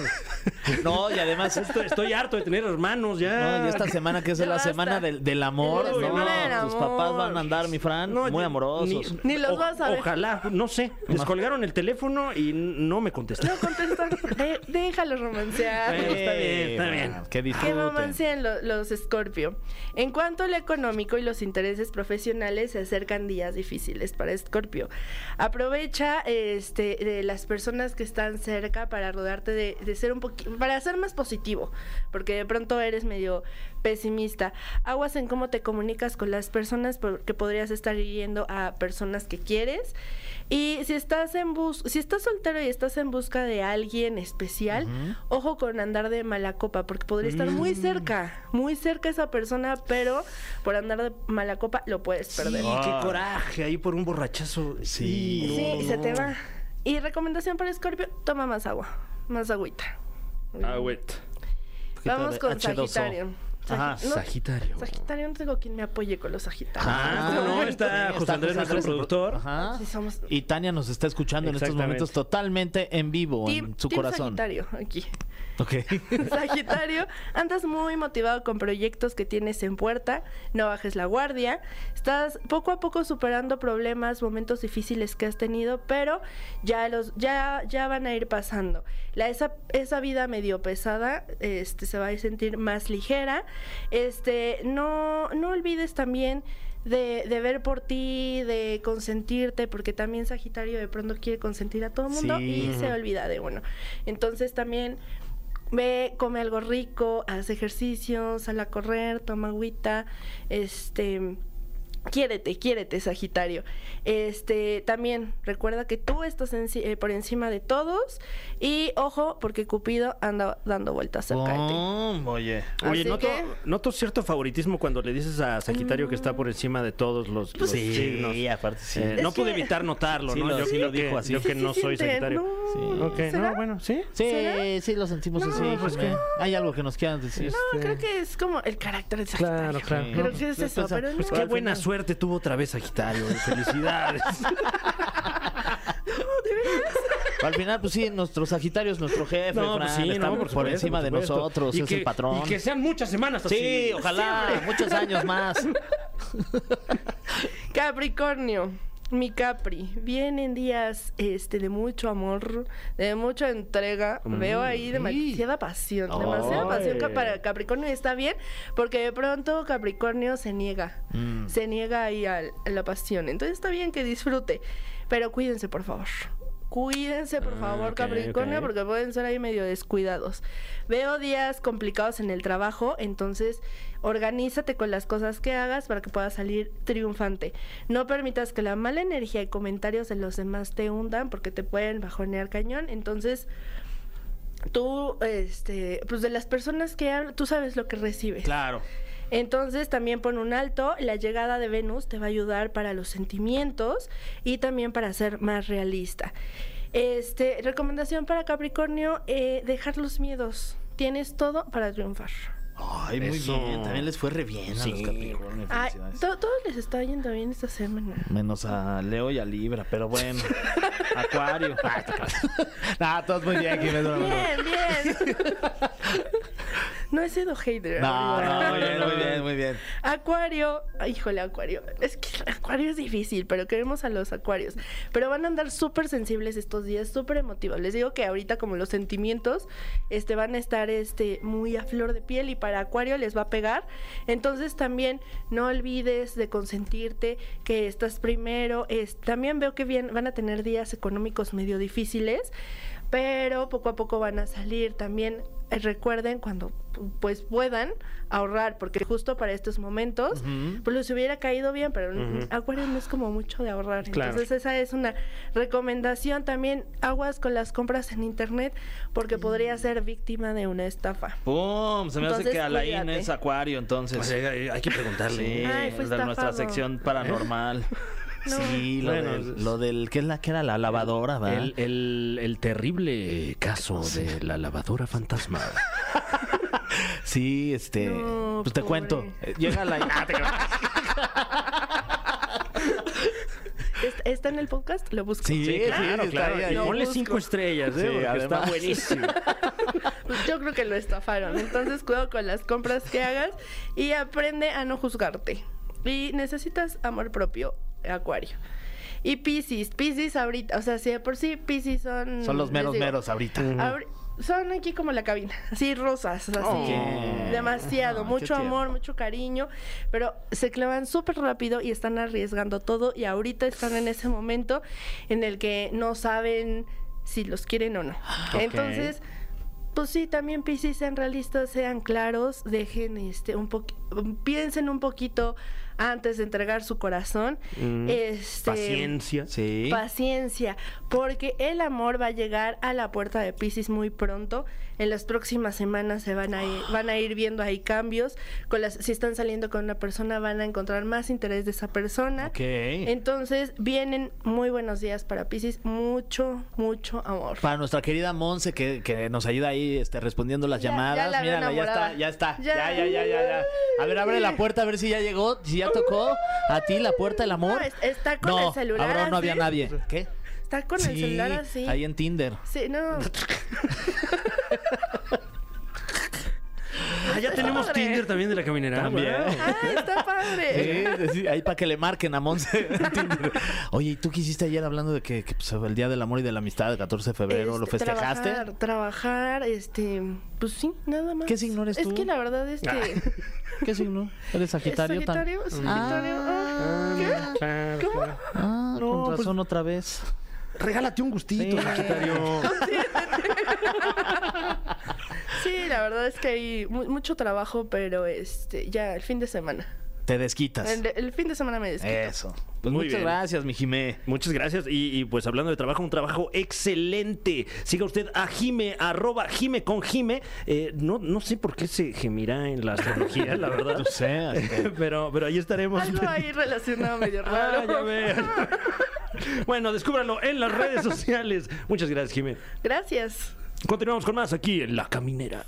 Speaker 3: No, y además, esto-
Speaker 2: Estoy, estoy harto de tener hermanos ya.
Speaker 6: No, y esta semana que es
Speaker 5: Ah, Ya
Speaker 6: la
Speaker 5: basta.
Speaker 6: semana del, del amor,
Speaker 5: Es la
Speaker 6: no,
Speaker 5: semana del
Speaker 6: tus
Speaker 5: amor.
Speaker 6: papás van a andar, mi Fran,
Speaker 2: No,
Speaker 6: muy
Speaker 2: yo-
Speaker 6: amorosos.
Speaker 5: Ni los vas a ver.
Speaker 2: Ojalá, no sé. Descolgaron el teléfono y n- no me contestaron.
Speaker 5: No contestan. De- déjalos romancear.
Speaker 3: Eh,
Speaker 2: Bueno, está bien, está
Speaker 6: Fran,
Speaker 2: bien.
Speaker 6: Que
Speaker 5: Que
Speaker 6: disfruten.
Speaker 5: romancean lo- los Scorpio. En cuanto a lo económico y los intereses profesionales, se acercan días difíciles para Scorpio. Aprovecha este, de las personas que están cerca para rodarte de, de ser un poquito, para ser más positivo, porque de pronto eres medio pesimista. Aguas en cómo te comunicas con las personas, porque podrías estar hiriendo a personas que quieres. Y si estás en bus si estás soltero y estás en busca de alguien especial, ojo con andar de mala copa, porque podría estar muy cerca, muy cerca esa persona, pero por andar de mala copa lo puedes perder.
Speaker 2: Sí,
Speaker 6: Ah.
Speaker 2: qué coraje ahí por un borrachazo. Sí.
Speaker 5: Sí,
Speaker 2: no,
Speaker 5: se
Speaker 2: no.
Speaker 5: te va. Y recomendación para Scorpio, toma más agua, más agüita.
Speaker 2: Ah, güey.
Speaker 6: poquito
Speaker 5: Vamos
Speaker 6: de
Speaker 5: con
Speaker 6: H2O.
Speaker 5: Sagitario.
Speaker 6: Ajá,
Speaker 5: no,
Speaker 2: Sagitario.
Speaker 5: Sagitario, no tengo quien me apoye con los Sagitarios. este
Speaker 2: Ah, ¿cómo no? Está José Andrés, nuestro productor.
Speaker 6: Ajá.
Speaker 5: Sí, somos
Speaker 6: Y Tania nos está escuchando en estos
Speaker 2: Exactamente.
Speaker 6: momentos totalmente en vivo,
Speaker 5: team-
Speaker 6: en su
Speaker 5: team
Speaker 6: corazón.
Speaker 5: Sagitario aquí.
Speaker 6: Ok.
Speaker 5: Sagitario, andas muy motivado con proyectos que tienes en puerta, no bajes la guardia, estás poco a poco superando problemas, momentos difíciles que has tenido, pero ya los ya ya van a ir pasando. La esa esa vida medio pesada este se va a sentir más ligera. Este, no no olvides también de, de ver por ti, de consentirte, porque también Sagitario de pronto quiere consentir a todo el mundo
Speaker 6: Sí.
Speaker 5: y se olvida de uno. Entonces también Ve, come algo rico, haz ejercicio, sal a correr, toma agüita, este... Quiérete, quiérete, Sagitario. Este, también recuerda que tú estás enci- eh, por encima de todos y ojo porque Cupido anda dando vueltas cerca de ti.
Speaker 6: Boom, oye.
Speaker 2: Oh. Oye,
Speaker 5: Así
Speaker 2: noto,
Speaker 5: que-
Speaker 2: noto cierto favoritismo cuando le dices a Sagitario que está por encima de todos los, los signos.
Speaker 6: Pues aparte sí.
Speaker 2: Eh, no
Speaker 5: Mm. Es
Speaker 2: pude
Speaker 5: que-
Speaker 2: evitar notarlo,
Speaker 6: Sí,
Speaker 2: ¿no?
Speaker 6: lo-
Speaker 2: yo
Speaker 6: sí
Speaker 2: yo
Speaker 6: lo
Speaker 2: que,
Speaker 6: dijo así.
Speaker 2: Yo
Speaker 5: Sí,
Speaker 2: que
Speaker 5: sí
Speaker 2: no soy
Speaker 5: siente,
Speaker 2: Sagitario.
Speaker 5: no,
Speaker 2: Ok,
Speaker 5: ¿será?
Speaker 2: no, bueno, sí.
Speaker 6: Sí,
Speaker 5: ¿Será?
Speaker 6: sí, lo sentimos
Speaker 5: No,
Speaker 6: así.
Speaker 5: pues,
Speaker 6: Jimena. Hay algo que nos quieran decir.
Speaker 5: No, creo que es como el carácter de
Speaker 2: este
Speaker 5: Sagitario.
Speaker 2: Claro, claro.
Speaker 6: Sí.
Speaker 5: Creo
Speaker 6: No,
Speaker 5: que es
Speaker 6: no,
Speaker 5: eso,
Speaker 6: pues,
Speaker 5: pero no.
Speaker 2: Pues qué
Speaker 6: Al
Speaker 2: buena
Speaker 6: final-
Speaker 2: suerte tuvo otra vez Sagitario. Felicidades.
Speaker 6: Al final, pues sí, nuestro Sagitario es nuestro jefe,
Speaker 2: No,
Speaker 6: Fran,
Speaker 2: pues sí,
Speaker 6: está
Speaker 2: no,
Speaker 6: por,
Speaker 2: supuesto,
Speaker 6: encima
Speaker 2: por
Speaker 6: de
Speaker 2: supuesto.
Speaker 6: nosotros,
Speaker 2: Y
Speaker 6: es
Speaker 2: que-
Speaker 6: el patrón.
Speaker 2: Y que sean muchas semanas así.
Speaker 6: Sí, ojalá, muchos años más.
Speaker 5: Capricornio, mi Capri, vienen días este de mucho amor, de mucha entrega. Veo ahí demasiada pasión, demasiada pasión ca- para Capricornio y está bien, porque de pronto Capricornio se niega, se niega ahí al- a la pasión. Entonces está bien que disfrute, pero cuídense por favor. Cuídense, por favor, Capricornio, porque pueden ser ahí medio descuidados. Veo días complicados en el trabajo, entonces organízate con las cosas que hagas para que puedas salir triunfante. No permitas que la mala energía y comentarios de los demás te hundan porque te pueden bajonear cañón. Entonces, tú, este, pues de las personas que hablan, tú sabes lo que recibes.
Speaker 3: claro.
Speaker 5: Entonces también pon un alto, la llegada de Venus te va a ayudar para los sentimientos y también para ser más realista. Este, recomendación para Capricornio, eh, dejar los miedos. Tienes todo para triunfar.
Speaker 6: Ay, muy bien. También les fue re bien a los Capricornio.
Speaker 5: Ay,
Speaker 6: felicidades.
Speaker 5: to- todos les está yendo bien esta semana.
Speaker 6: Menos a Leo y a Libra, pero bueno. Acuario. Ay, Ah, te creas. nah, todos muy bien, Jimena. No,
Speaker 5: Bien, bien. No he sido hater.
Speaker 6: no,
Speaker 5: amigo.
Speaker 6: muy bien, muy bien, muy bien.
Speaker 5: Acuario, ay, híjole, Acuario. Es que Acuario es difícil, pero queremos a los Acuarios. Pero van a andar súper sensibles estos días, súper emotivos. Les digo que ahorita, como los sentimientos, este, van a estar este, muy a flor de piel y para Acuario les va a pegar. Entonces, también no olvides de consentirte, que estás primero. Es, también veo que bien, van a tener días económicos medio difíciles pero poco a poco van a salir también. eh, Recuerden cuando pu- pues puedan ahorrar, porque justo para estos momentos, pues les hubiera caído bien, pero n- Acuario no es como mucho de ahorrar.
Speaker 2: Claro.
Speaker 5: Entonces esa es una recomendación también, aguas con las compras en internet, porque podría ser víctima de una estafa.
Speaker 6: Pum, se me hace
Speaker 5: Entonces,
Speaker 6: que Alain
Speaker 5: cuídate.
Speaker 6: es Acuario, entonces.
Speaker 2: Pues, eh, hay, que preguntarle.
Speaker 6: Sí,
Speaker 5: Ay, fue
Speaker 6: el de nuestra
Speaker 5: estafado.
Speaker 6: sección paranormal. Sí, lo,
Speaker 2: Bueno,
Speaker 6: del, lo del- ¿Qué es la que era? La lavadora, ¿verdad?
Speaker 2: El, el- el terrible caso de la lavadora fantasma.
Speaker 6: Sí, este.
Speaker 5: No,
Speaker 6: pues te
Speaker 5: pobre.
Speaker 6: cuento. Eh, Llega Alain. Ah, te creas.
Speaker 5: Es- Está en el podcast, lo busco.
Speaker 6: Sí, sí,
Speaker 2: Claro,
Speaker 6: está
Speaker 2: claro.
Speaker 6: ahí, ahí.
Speaker 2: Y ponle
Speaker 5: Busco.
Speaker 2: cinco estrellas, ¿eh?
Speaker 6: Sí,
Speaker 2: Porque está
Speaker 6: además.
Speaker 2: buenísimo.
Speaker 5: Pues pues yo creo que lo estafaron. Entonces, cuidado con las compras que hagas y aprende a no juzgarte. Y necesitas amor propio, Acuario. Y Pisces, Pisces ahorita, o sea, si de por sí Pisces son...
Speaker 3: Son los
Speaker 5: les
Speaker 3: meros
Speaker 5: digo,
Speaker 3: meros ahorita.
Speaker 5: Ahori- son aquí como la cabina, así rosas, así demasiado,
Speaker 3: Ah, qué
Speaker 5: mucho
Speaker 3: tierno.
Speaker 5: amor, mucho cariño, pero se clavan súper rápido y están arriesgando todo y ahorita están en ese momento en el que no saben si los quieren o no. Entonces, pues sí, también Piscis, sean realistas, sean claros, dejen este un poqu- piensen un poquito antes de entregar su corazón.
Speaker 3: Mm,
Speaker 5: este,
Speaker 2: Paciencia.
Speaker 3: Sí.
Speaker 5: Paciencia, porque el amor va a llegar a la puerta de Pisces muy pronto. En las próximas semanas se van a ir, van a ir viendo ahí cambios. Con las, si están saliendo con una persona, van a encontrar más interés de esa persona.
Speaker 3: Ok.
Speaker 5: Entonces vienen muy buenos días para Pisces, mucho, mucho amor.
Speaker 3: Para nuestra querida Monse que, que nos ayuda ahí este, respondiendo las
Speaker 5: Ya- ya
Speaker 3: llamadas.
Speaker 5: la veo
Speaker 3: Mírala, ya está,
Speaker 5: enamorada.
Speaker 3: ya está. Ya.
Speaker 5: Ya.
Speaker 3: ya, ya, ya, ya. A ver, abre la puerta a ver si ya llegó, si ya tocó a ti la puerta del amor.
Speaker 5: No, es- está con
Speaker 3: No,
Speaker 5: el celular
Speaker 3: Abraham no había
Speaker 5: así.
Speaker 3: nadie. ¿Qué?
Speaker 5: Está con el celular así.
Speaker 3: Ahí en Tinder.
Speaker 5: Sí, no.
Speaker 2: Ah, ya tenemos
Speaker 5: Padre.
Speaker 2: Tinder también de la caminera.
Speaker 3: También.
Speaker 2: Wow.
Speaker 5: Ah, está
Speaker 3: Sí,
Speaker 5: padre.
Speaker 3: sí, ahí para que le marquen a Monse. en Tinder. Oye, ¿y tú qué hiciste ayer hablando de que, que, pues, el Día del Amor y de la Amistad, el 14 de febrero, lo
Speaker 5: Este,
Speaker 3: festejaste?
Speaker 5: Trabajar, trabajar, este, pues sí, nada más.
Speaker 3: ¿Qué signo eres tú?
Speaker 5: Es que la verdad es que...
Speaker 3: ¿Qué signo? ¿Eres Sagitario? tan-
Speaker 5: Sagitario, Sagitario. ah, ¿Qué? ¿Cómo?
Speaker 3: Ah,
Speaker 2: No,
Speaker 3: con
Speaker 2: pues-
Speaker 3: razón otra vez.
Speaker 2: Regálate un gustito, Sagitario.
Speaker 5: Sí, la verdad es que hay mu- mucho trabajo, pero este, ya el fin de semana.
Speaker 3: Te desquitas.
Speaker 5: El, el fin de semana me desquito.
Speaker 3: Eso. Pues
Speaker 2: Muy
Speaker 3: muchas
Speaker 2: bien.
Speaker 3: gracias, mi Jimé.
Speaker 2: Muchas gracias. Y, y, pues hablando de trabajo, un trabajo excelente. Siga usted a Jime, arroba Jime con Jime. Eh, no, no sé por qué se gemirá en la astrología, la verdad.
Speaker 3: No sé, este,
Speaker 2: pero, pero ahí estaremos.
Speaker 5: Algo ahí relacionado medio raro.
Speaker 2: Ah, ya veo. Bueno, descúbralo en las redes sociales. Muchas gracias, Jime.
Speaker 5: Gracias.
Speaker 2: Continuamos con más aquí en La Caminera.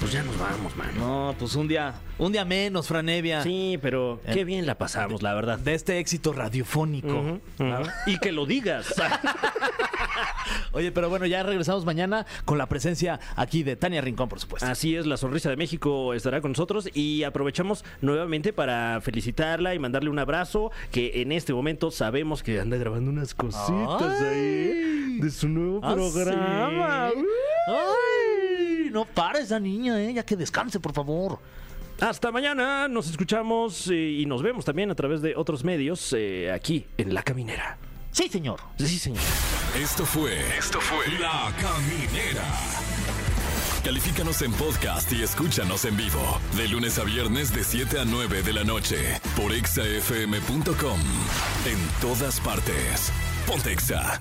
Speaker 2: Pues ya nos vamos, mano.
Speaker 3: No, pues un día, un día menos, Franevia.
Speaker 2: Sí, pero qué bien la pasamos, la verdad.
Speaker 3: De este éxito radiofónico.
Speaker 2: Ujú, ujú. Y que lo digas.
Speaker 3: Oye, pero bueno, ya regresamos mañana con la presencia aquí de Tania Rincón, por supuesto.
Speaker 2: Así es, la sonrisa de México estará con nosotros y aprovechamos nuevamente para felicitarla y mandarle un abrazo que en este momento sabemos que anda grabando unas cositas ahí de su nuevo
Speaker 3: Ah,
Speaker 2: programa. Uh.
Speaker 3: sí. Ay, no pares esa niña, eh, ya que descanse, por favor.
Speaker 2: Hasta mañana, nos escuchamos eh, y nos vemos también a través de otros medios eh, aquí en La Caminera.
Speaker 3: Sí, señor.
Speaker 2: Sí, señor.
Speaker 1: Esto fue. Esto fue. La Caminera. Califícanos en podcast y escúchanos en vivo. De lunes a viernes, de 7 a 9 de la noche. Por exafm.com. En todas partes. Pontexa.